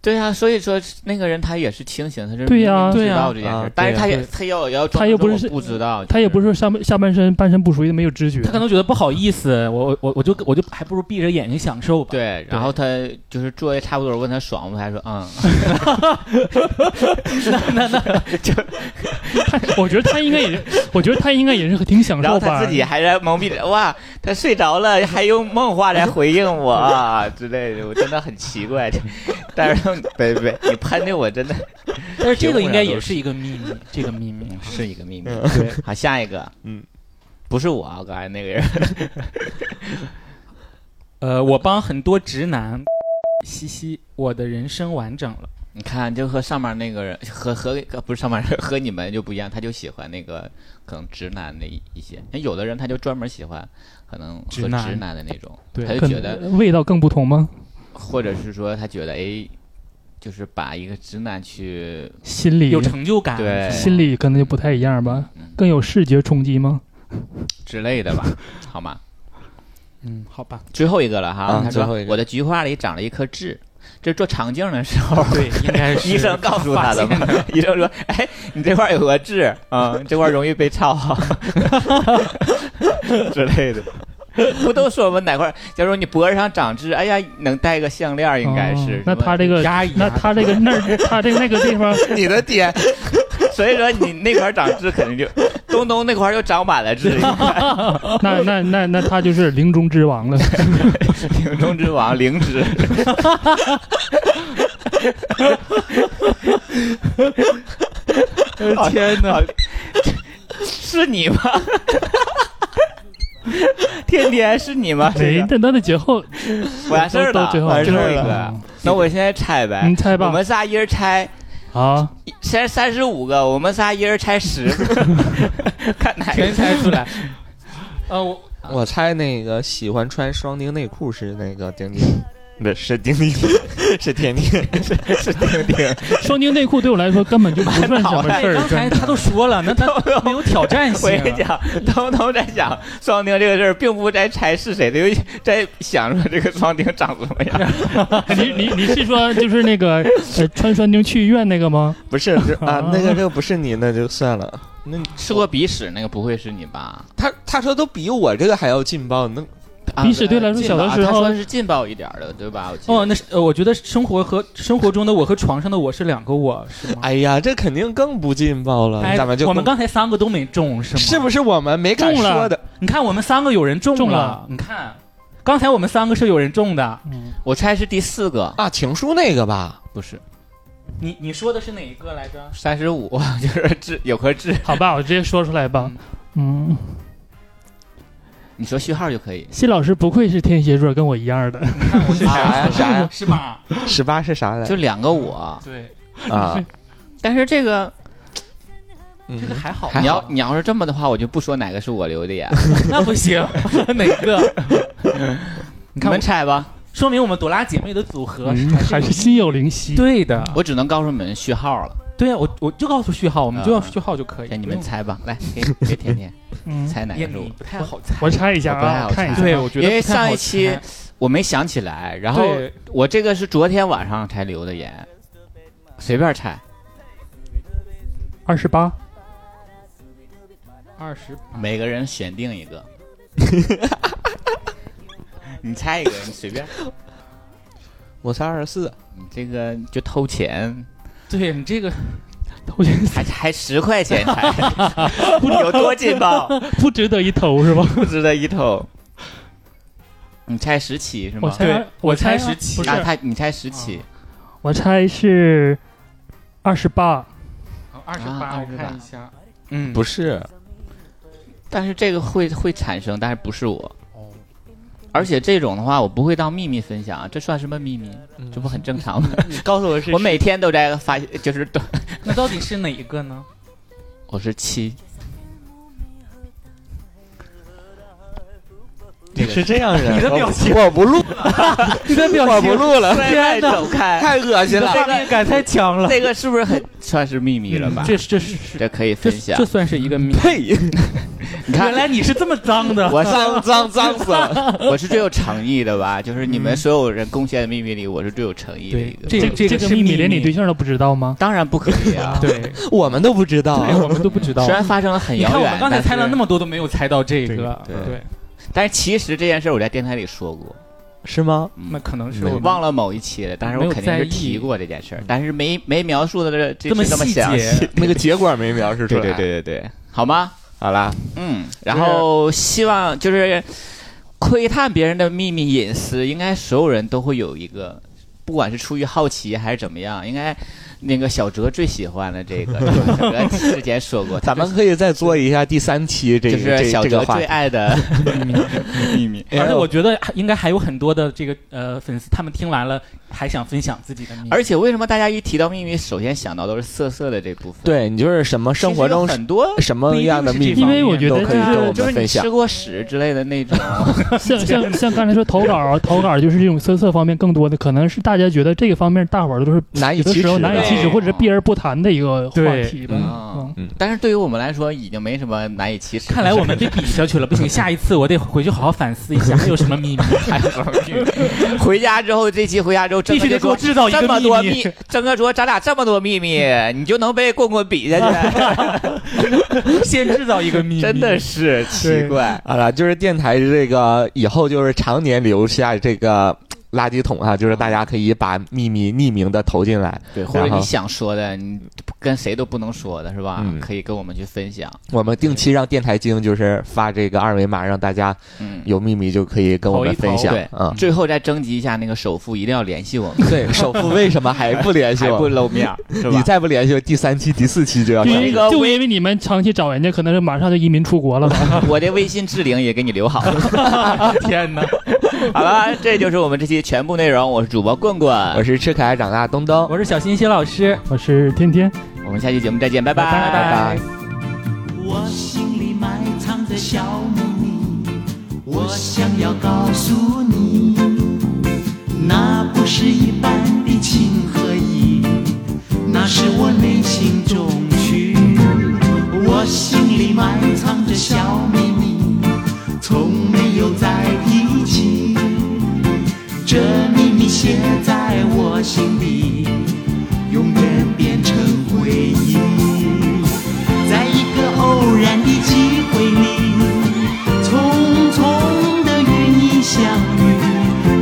S5: 对呀、所以说那个人他也是清醒，他是
S7: 对呀
S5: 明明知道这
S6: 对呀
S5: 件
S3: 啊
S5: 事，但是他
S3: 对呀
S5: 也他要也要
S7: 他又不
S5: 装
S7: 是
S5: 作我不知道，
S7: 他也
S5: 就是
S7: 不是上半下半身半身不遂的没有知觉，
S6: 他可能觉得不好意思，我我我就我就还不如闭着眼睛享受吧。，
S5: 对，然后他就是作业差不多，问他爽不？他说嗯， [laughs]
S7: 他 [laughs] 我觉得他应
S6: [laughs]
S7: 该也，我觉得他应该也是挺享
S5: 然后
S7: 受
S5: 他
S7: 吧。
S5: 自己还啊在蒙蔽着，哇，他睡着了，还用梦话来回应我啊之类的，我真的很奇怪。 [laughs] 这但 [laughs] 是别别，你喷的我真的
S6: 但是这个应该也是一个秘密，这个秘密
S5: 嗯是一个 [laughs] 秘密。
S6: 对，
S5: 好，下一个，
S3: 嗯，
S5: 不是我啊，刚才那个人，
S6: 呃，我帮很多直男，嘻嘻，我的人生完整了。
S5: 你看就和上面那个人，和和不是上面人，和你们就不一样，他就喜欢那个可能直男的一一些，那有的人他就专门喜欢可能和
S6: 直男
S5: 直男的那种，
S6: 对
S5: 他就
S7: 可
S5: 觉得。
S7: 能味道更不同吗？
S5: 或者是说他觉得哎，就是把一个直男去
S7: 心理
S6: 有成就感，
S5: 对
S7: 心理可能就不太一样吧
S5: 嗯，
S7: 更有视觉冲击吗？
S5: 之类
S3: [laughs]
S5: 的吧，好吗？
S6: 嗯，好吧，
S5: 最后一个了哈，
S3: 啊
S5: 他
S3: 最后
S5: 说
S3: 一个
S5: 我的菊花里长了一颗痣，这做肠镜的时候。
S6: 对，应该是
S5: 医生告诉 [laughs] 他的嘛，医生说：“哎，你这块儿有个痣啊、这块儿容易被操 [laughs] 之类的。”不都说吗？哪块儿？假如你脖子上长痣，哎呀，能戴个项链儿应该是。啊
S7: 哦那他
S5: [laughs]
S7: 这
S5: 个，
S7: 个，
S6: 压一
S7: 那
S6: 压，
S7: 他这个
S5: [laughs]
S7: 那儿，他这个那个地方，
S3: 你的点，
S5: 所以说你那块儿长痣肯定就东东那块儿又长满了痣。 [laughs]
S7: 那那那那他就是灵中之王了。
S5: 灵中之王，灵
S7: [laughs]
S5: 芝。天哪！是你吗？天天是你吗？这
S7: 谁
S5: 个
S7: 哎那那得节
S5: [laughs]
S7: 后
S5: 完事儿
S7: 到
S5: 了，
S7: 最后
S5: 完事
S7: 最后
S5: 儿
S7: 一
S5: 了
S7: 个。嗯
S5: 那我现在猜呗，
S7: 你猜吧
S5: 我们仨一人猜
S7: 啊，
S5: 才三十五个，我们仨一人猜十个， [laughs] 看哪
S6: 全
S5: 个
S6: 猜出来。呃，我
S3: 我猜那个喜欢穿双丁内裤是那个
S6: [laughs]
S3: 丁丁，不是丁丁， [laughs] 是天天，是丁丁。
S7: 双丁内裤对我来说根本就不算什么
S6: [laughs] 哎
S7: 事儿
S6: 刚，才
S7: 真
S6: 他 [laughs]
S7: 的。
S6: 都说了，那他没有挑战
S5: 我
S6: 性
S5: 跟你讲，东东在想双丁这个事儿，并不在猜是谁的，因为在想说这个双丁长什么样。
S7: 你你你是说就是那个呃穿双丁去医院那个吗？
S3: 不
S6: [laughs]
S3: 是这
S6: 哦
S3: 啊，那个这个不是你，那就算了。那你
S5: [laughs] 吃过鼻屎那个不会是你吧？
S3: 他他说都比我这个还要劲爆，那
S5: 啊
S7: 鼻屎对来说小的时候
S5: 劲爆他说是劲爆一点儿的，对吧？我记得
S6: 哦，那是呃，我觉得生活和生活中的我和床上的我是两个我，是吗？
S3: 哎呀，这肯定更不劲爆了。
S6: 哎
S3: 咱们就
S6: 我们刚才三个都没中，是吗？
S3: 是不是我们没敢
S7: 中了
S3: 说的？
S6: 你看我们三个有人中
S7: 中
S6: 了嗯
S7: 了，
S6: 你看刚才我们三个是有人中的，
S5: 我猜是第四个，
S3: 啊，情书那个吧，
S5: 不是
S6: 你你说的是哪一个来着？
S5: 三十五， [laughs] 就是痣有颗痣。
S7: 好吧，我直接说出来吧。嗯，
S5: 你说序号就可以。
S7: 谢老师不愧是天蝎座，跟我一样的。
S5: 是啥呀？啥呀？
S6: [laughs] 是吧？
S3: 十八是啥来
S5: 啊就两个我，
S6: 对，
S3: 啊？
S5: 但是这个
S6: 这个
S3: 嗯，
S6: 还好吧，
S5: 你要你要是这么的话，我就不说哪个是我留的眼，
S6: 那不 [laughs] 行，哪个？ [laughs] 你
S5: 你
S6: 看
S5: 们，猜吧。
S6: 说明我们朵拉姐妹的组合
S7: 嗯
S6: 还
S7: 还
S6: 是
S7: 是心有灵犀。
S6: 对的。
S5: 我只能告诉你们序号了，哎
S6: 对啊，我我就告诉序号，我们就要序号就可以。
S5: 那你
S6: 不
S5: 们
S6: 用
S5: 猜吧。来，给给甜甜
S7: 嗯，
S5: 猜哪
S6: 也
S5: 个是我
S6: 你？不太好猜。哎
S7: 我猜一下
S5: 我不太
S7: 啊
S5: 好，
S7: 看一
S5: 猜
S7: 下。
S6: 对，我觉得
S5: 因为
S6: 不太
S5: 上
S6: 好
S5: 一期
S6: 猜
S5: 我没想起来，然后
S6: 对
S5: 我这个是昨天晚上才留的言，随便猜。
S7: 啊二十八，
S6: 二十
S5: 每个人选定一
S7: [laughs]
S5: 个。你猜一个，你随便。
S3: 我才二十四，
S5: 你这个就偷钱，
S6: 对你这 [laughs] 个
S7: 我觉得
S5: 还还十块钱
S7: [laughs]
S5: 才，有多劲爆？
S7: 不值得一投是吧？
S5: 不值得一偷。你猜十七是
S7: 我
S5: 吗？
S7: 猜
S6: 对
S7: 二，
S6: [laughs] 我猜
S7: 啊
S6: 17
S7: 不
S5: 啊，
S7: 是，啊
S5: 他你猜十七，
S7: 我猜是二十八。
S6: 二十八，
S5: 啊
S6: 我看
S5: 28
S6: 一下，
S5: 嗯，
S3: 不是
S5: 但是这个会会产生，但是不是我。
S7: 哦
S5: 而且这种的话，我不会当秘密分享，啊这算什么秘密？
S7: 嗯
S5: 这不很正常吗？
S3: 你告诉我是
S5: 我每天都在发，就是都
S6: 那到底是哪一 [laughs] 个呢？
S5: [laughs] 我是七，
S3: 你是这样人，
S6: 你的表情
S3: 我不录，
S6: 你的 [laughs] 表
S3: 我不录了，
S5: 天呐，走开！
S3: 太恶心了。
S5: 这
S6: 画
S5: 个
S6: 面感太强了，
S5: 这个是不是很算是秘密了吧？
S6: 这这是
S5: 这可以分
S6: 这
S5: 享
S6: 这。算是一个谜。啊
S3: 呸！
S5: 你看
S6: 原，来你是这么脏的，
S5: 我
S3: 脏脏脏死了！
S5: [laughs] 我是最有诚意的吧？就是你们所有人贡献的秘密里，我是最有诚意的一
S6: 对
S5: 个。
S6: 这
S7: 这
S6: 个
S7: 个
S6: 是
S7: 秘密
S6: 密
S7: 连你对象都不知
S6: [laughs]
S7: 道吗？
S5: 当然不可以啊！
S6: 对，
S3: 我们都不知道，
S6: [laughs] 我们都不知
S5: [laughs]
S6: 道
S5: 虽。然发生了很
S6: 你
S5: 啊遥
S6: 看，
S5: 远，
S6: 我们刚才猜了那
S5: 么，
S6: 么多都没有猜到这个，
S5: 对
S6: 对，
S5: 但是其实这件事我在电台里说过，
S3: 是吗？
S5: 嗯
S6: 那可能是
S5: 我
S6: 我
S5: 忘
S6: 了
S5: 了某一期了，但是
S6: 没
S5: 我
S6: 有
S5: 肯定
S6: 在
S5: 是
S6: 意
S5: 提过这件事儿，但是没没描述的这这
S6: 这么
S5: 这么
S6: 细
S5: 详细。
S6: 节。
S3: 那个结果没描述出
S5: 对
S3: 来。
S5: 对对，对对，好吗？
S3: 好啦，
S5: 嗯，然后希望就是窥探别人的秘密隐私，应该所有人都会有一个，不管是出于好奇还是怎么样，应该那个小哲最喜欢
S3: [laughs]
S5: 的这个，小哲之前说过，
S3: 咱们可以再做一下第三期这
S5: 就
S3: 个
S5: 是
S3: 这
S5: 小
S3: 这
S5: 哲
S3: 个话
S5: 最
S3: 题。哎
S5: 爱的秘密。
S6: 而且我觉得应该还有很多的这个呃粉丝，他们听完了还想分享自己的秘密。
S5: 而且为什么大家一提到秘密，首先想到都是色色的这部分？，
S3: 对你就是什么生活中
S5: 很多。
S3: 什么样的秘密，
S7: 因为我觉
S3: 都
S7: 得
S3: 可以跟我
S5: 就
S3: 们
S5: 是你
S3: 分享
S5: 吃。过屎之类的那种，
S7: 像像像刚才说投
S6: [laughs]
S7: 稿啊，投稿就是这种色色方面更多的，可能是大家觉得这个方面大伙儿都是
S3: 难以
S7: 有的
S3: 启齿
S7: 时候
S3: 的
S7: 难以启齿，
S5: 对
S7: 或者是避而不谈的一个话
S6: 对
S7: 题吧。
S5: 嗯
S7: 嗯，
S5: 但是对于我们来说已经没什么难以启齿的事儿。
S6: 看来我们被
S5: [laughs]
S6: 比下去了，不行，下一次我得回去好好反思一下，还有什
S5: [laughs]
S6: 么秘密？
S5: 还有什么秘密？ [laughs] 回家之后，这期回家之后，
S6: 必须得给我制造一
S5: 这
S6: 个
S5: 么多
S6: 秘密
S5: 秘。，曾哥说咱俩这么多秘密，你就能被棍棍比
S3: [laughs]
S5: 下去，
S6: 先制造一个秘
S5: [laughs]
S6: 密，
S5: 真的是奇怪。
S3: 好了，就是电台这个以后就是常年留下这个垃圾桶啊，就是大家可以把秘密匿名的投进来，
S5: 对，或
S3: 然
S5: 者
S3: 后
S5: 你想说的，你跟谁都不能说的是吧？
S3: 嗯
S5: 可以跟我们去分享。
S3: 我们定期让电台精就是发这个二维码，让大家
S5: 嗯，
S3: 有秘密就可以跟我们分享
S5: 投一投
S3: 啊。
S5: 最后再征集一下那个首付，一定要联系我
S3: [laughs]
S5: 们，
S3: 对，首富为什么还不联系
S5: 还不
S3: 我？
S5: 露面儿 [laughs] 是
S3: 你
S5: 吧？
S3: 再不联系我，第三期、第四期就要
S7: 就
S5: 对
S3: 开
S7: 因
S3: 始
S5: 这
S7: 为
S5: 个
S7: 就
S5: 微
S7: 因为你们长期找人家，可能是马上就移民出国
S5: [laughs]
S7: 了吧？
S5: 我的微信置顶也给你留好了。
S6: 天哪！
S5: 好了，这就是我们这期全部内容，我是主播棍棍，
S3: 我是吃可爱长大的东东，
S6: [laughs] 我是小欣欣老师，
S7: 我是天天。
S5: 我们下期节目再见，拜
S6: 拜
S3: 拜拜。
S1: 我心里埋藏着小秘密，我想要告诉你，那不是一般的情和义，那是我内心中曲。我心里埋藏着小秘密，从没有再提起，这秘密写在我心底，永远变成回忆。在一个偶然的机会里，匆匆的与你相遇，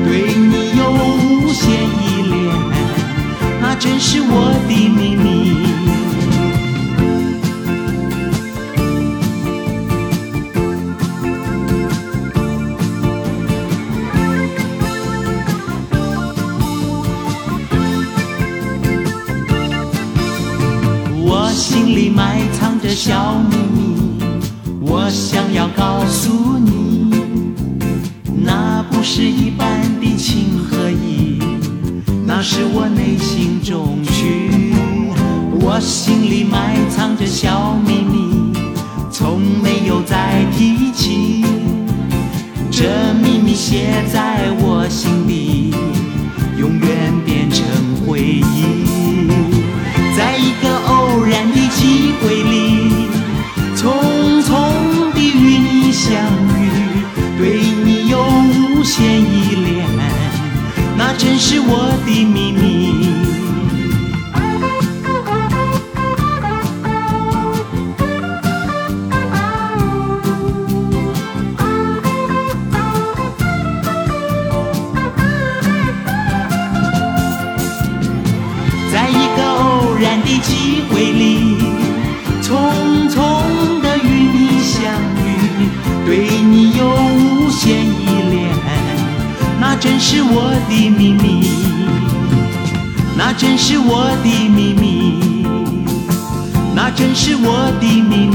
S1: 对你有无限依恋，那真是我的秘密。我心里埋藏着小秘密，我想要告诉你，那不是一般的情和义，那是我内心中曲。我心里埋藏着小秘密，从没有再提起，这秘密写在我心底，永远变成回忆。在一个偶然的机会里，匆匆地与你相遇，对你有无限依恋，那真是我的秘密。在一个偶然的机会里，匆匆的与你相遇，对你有无限依恋，那真是我的秘密，那真是我的秘密，那真是我的秘密。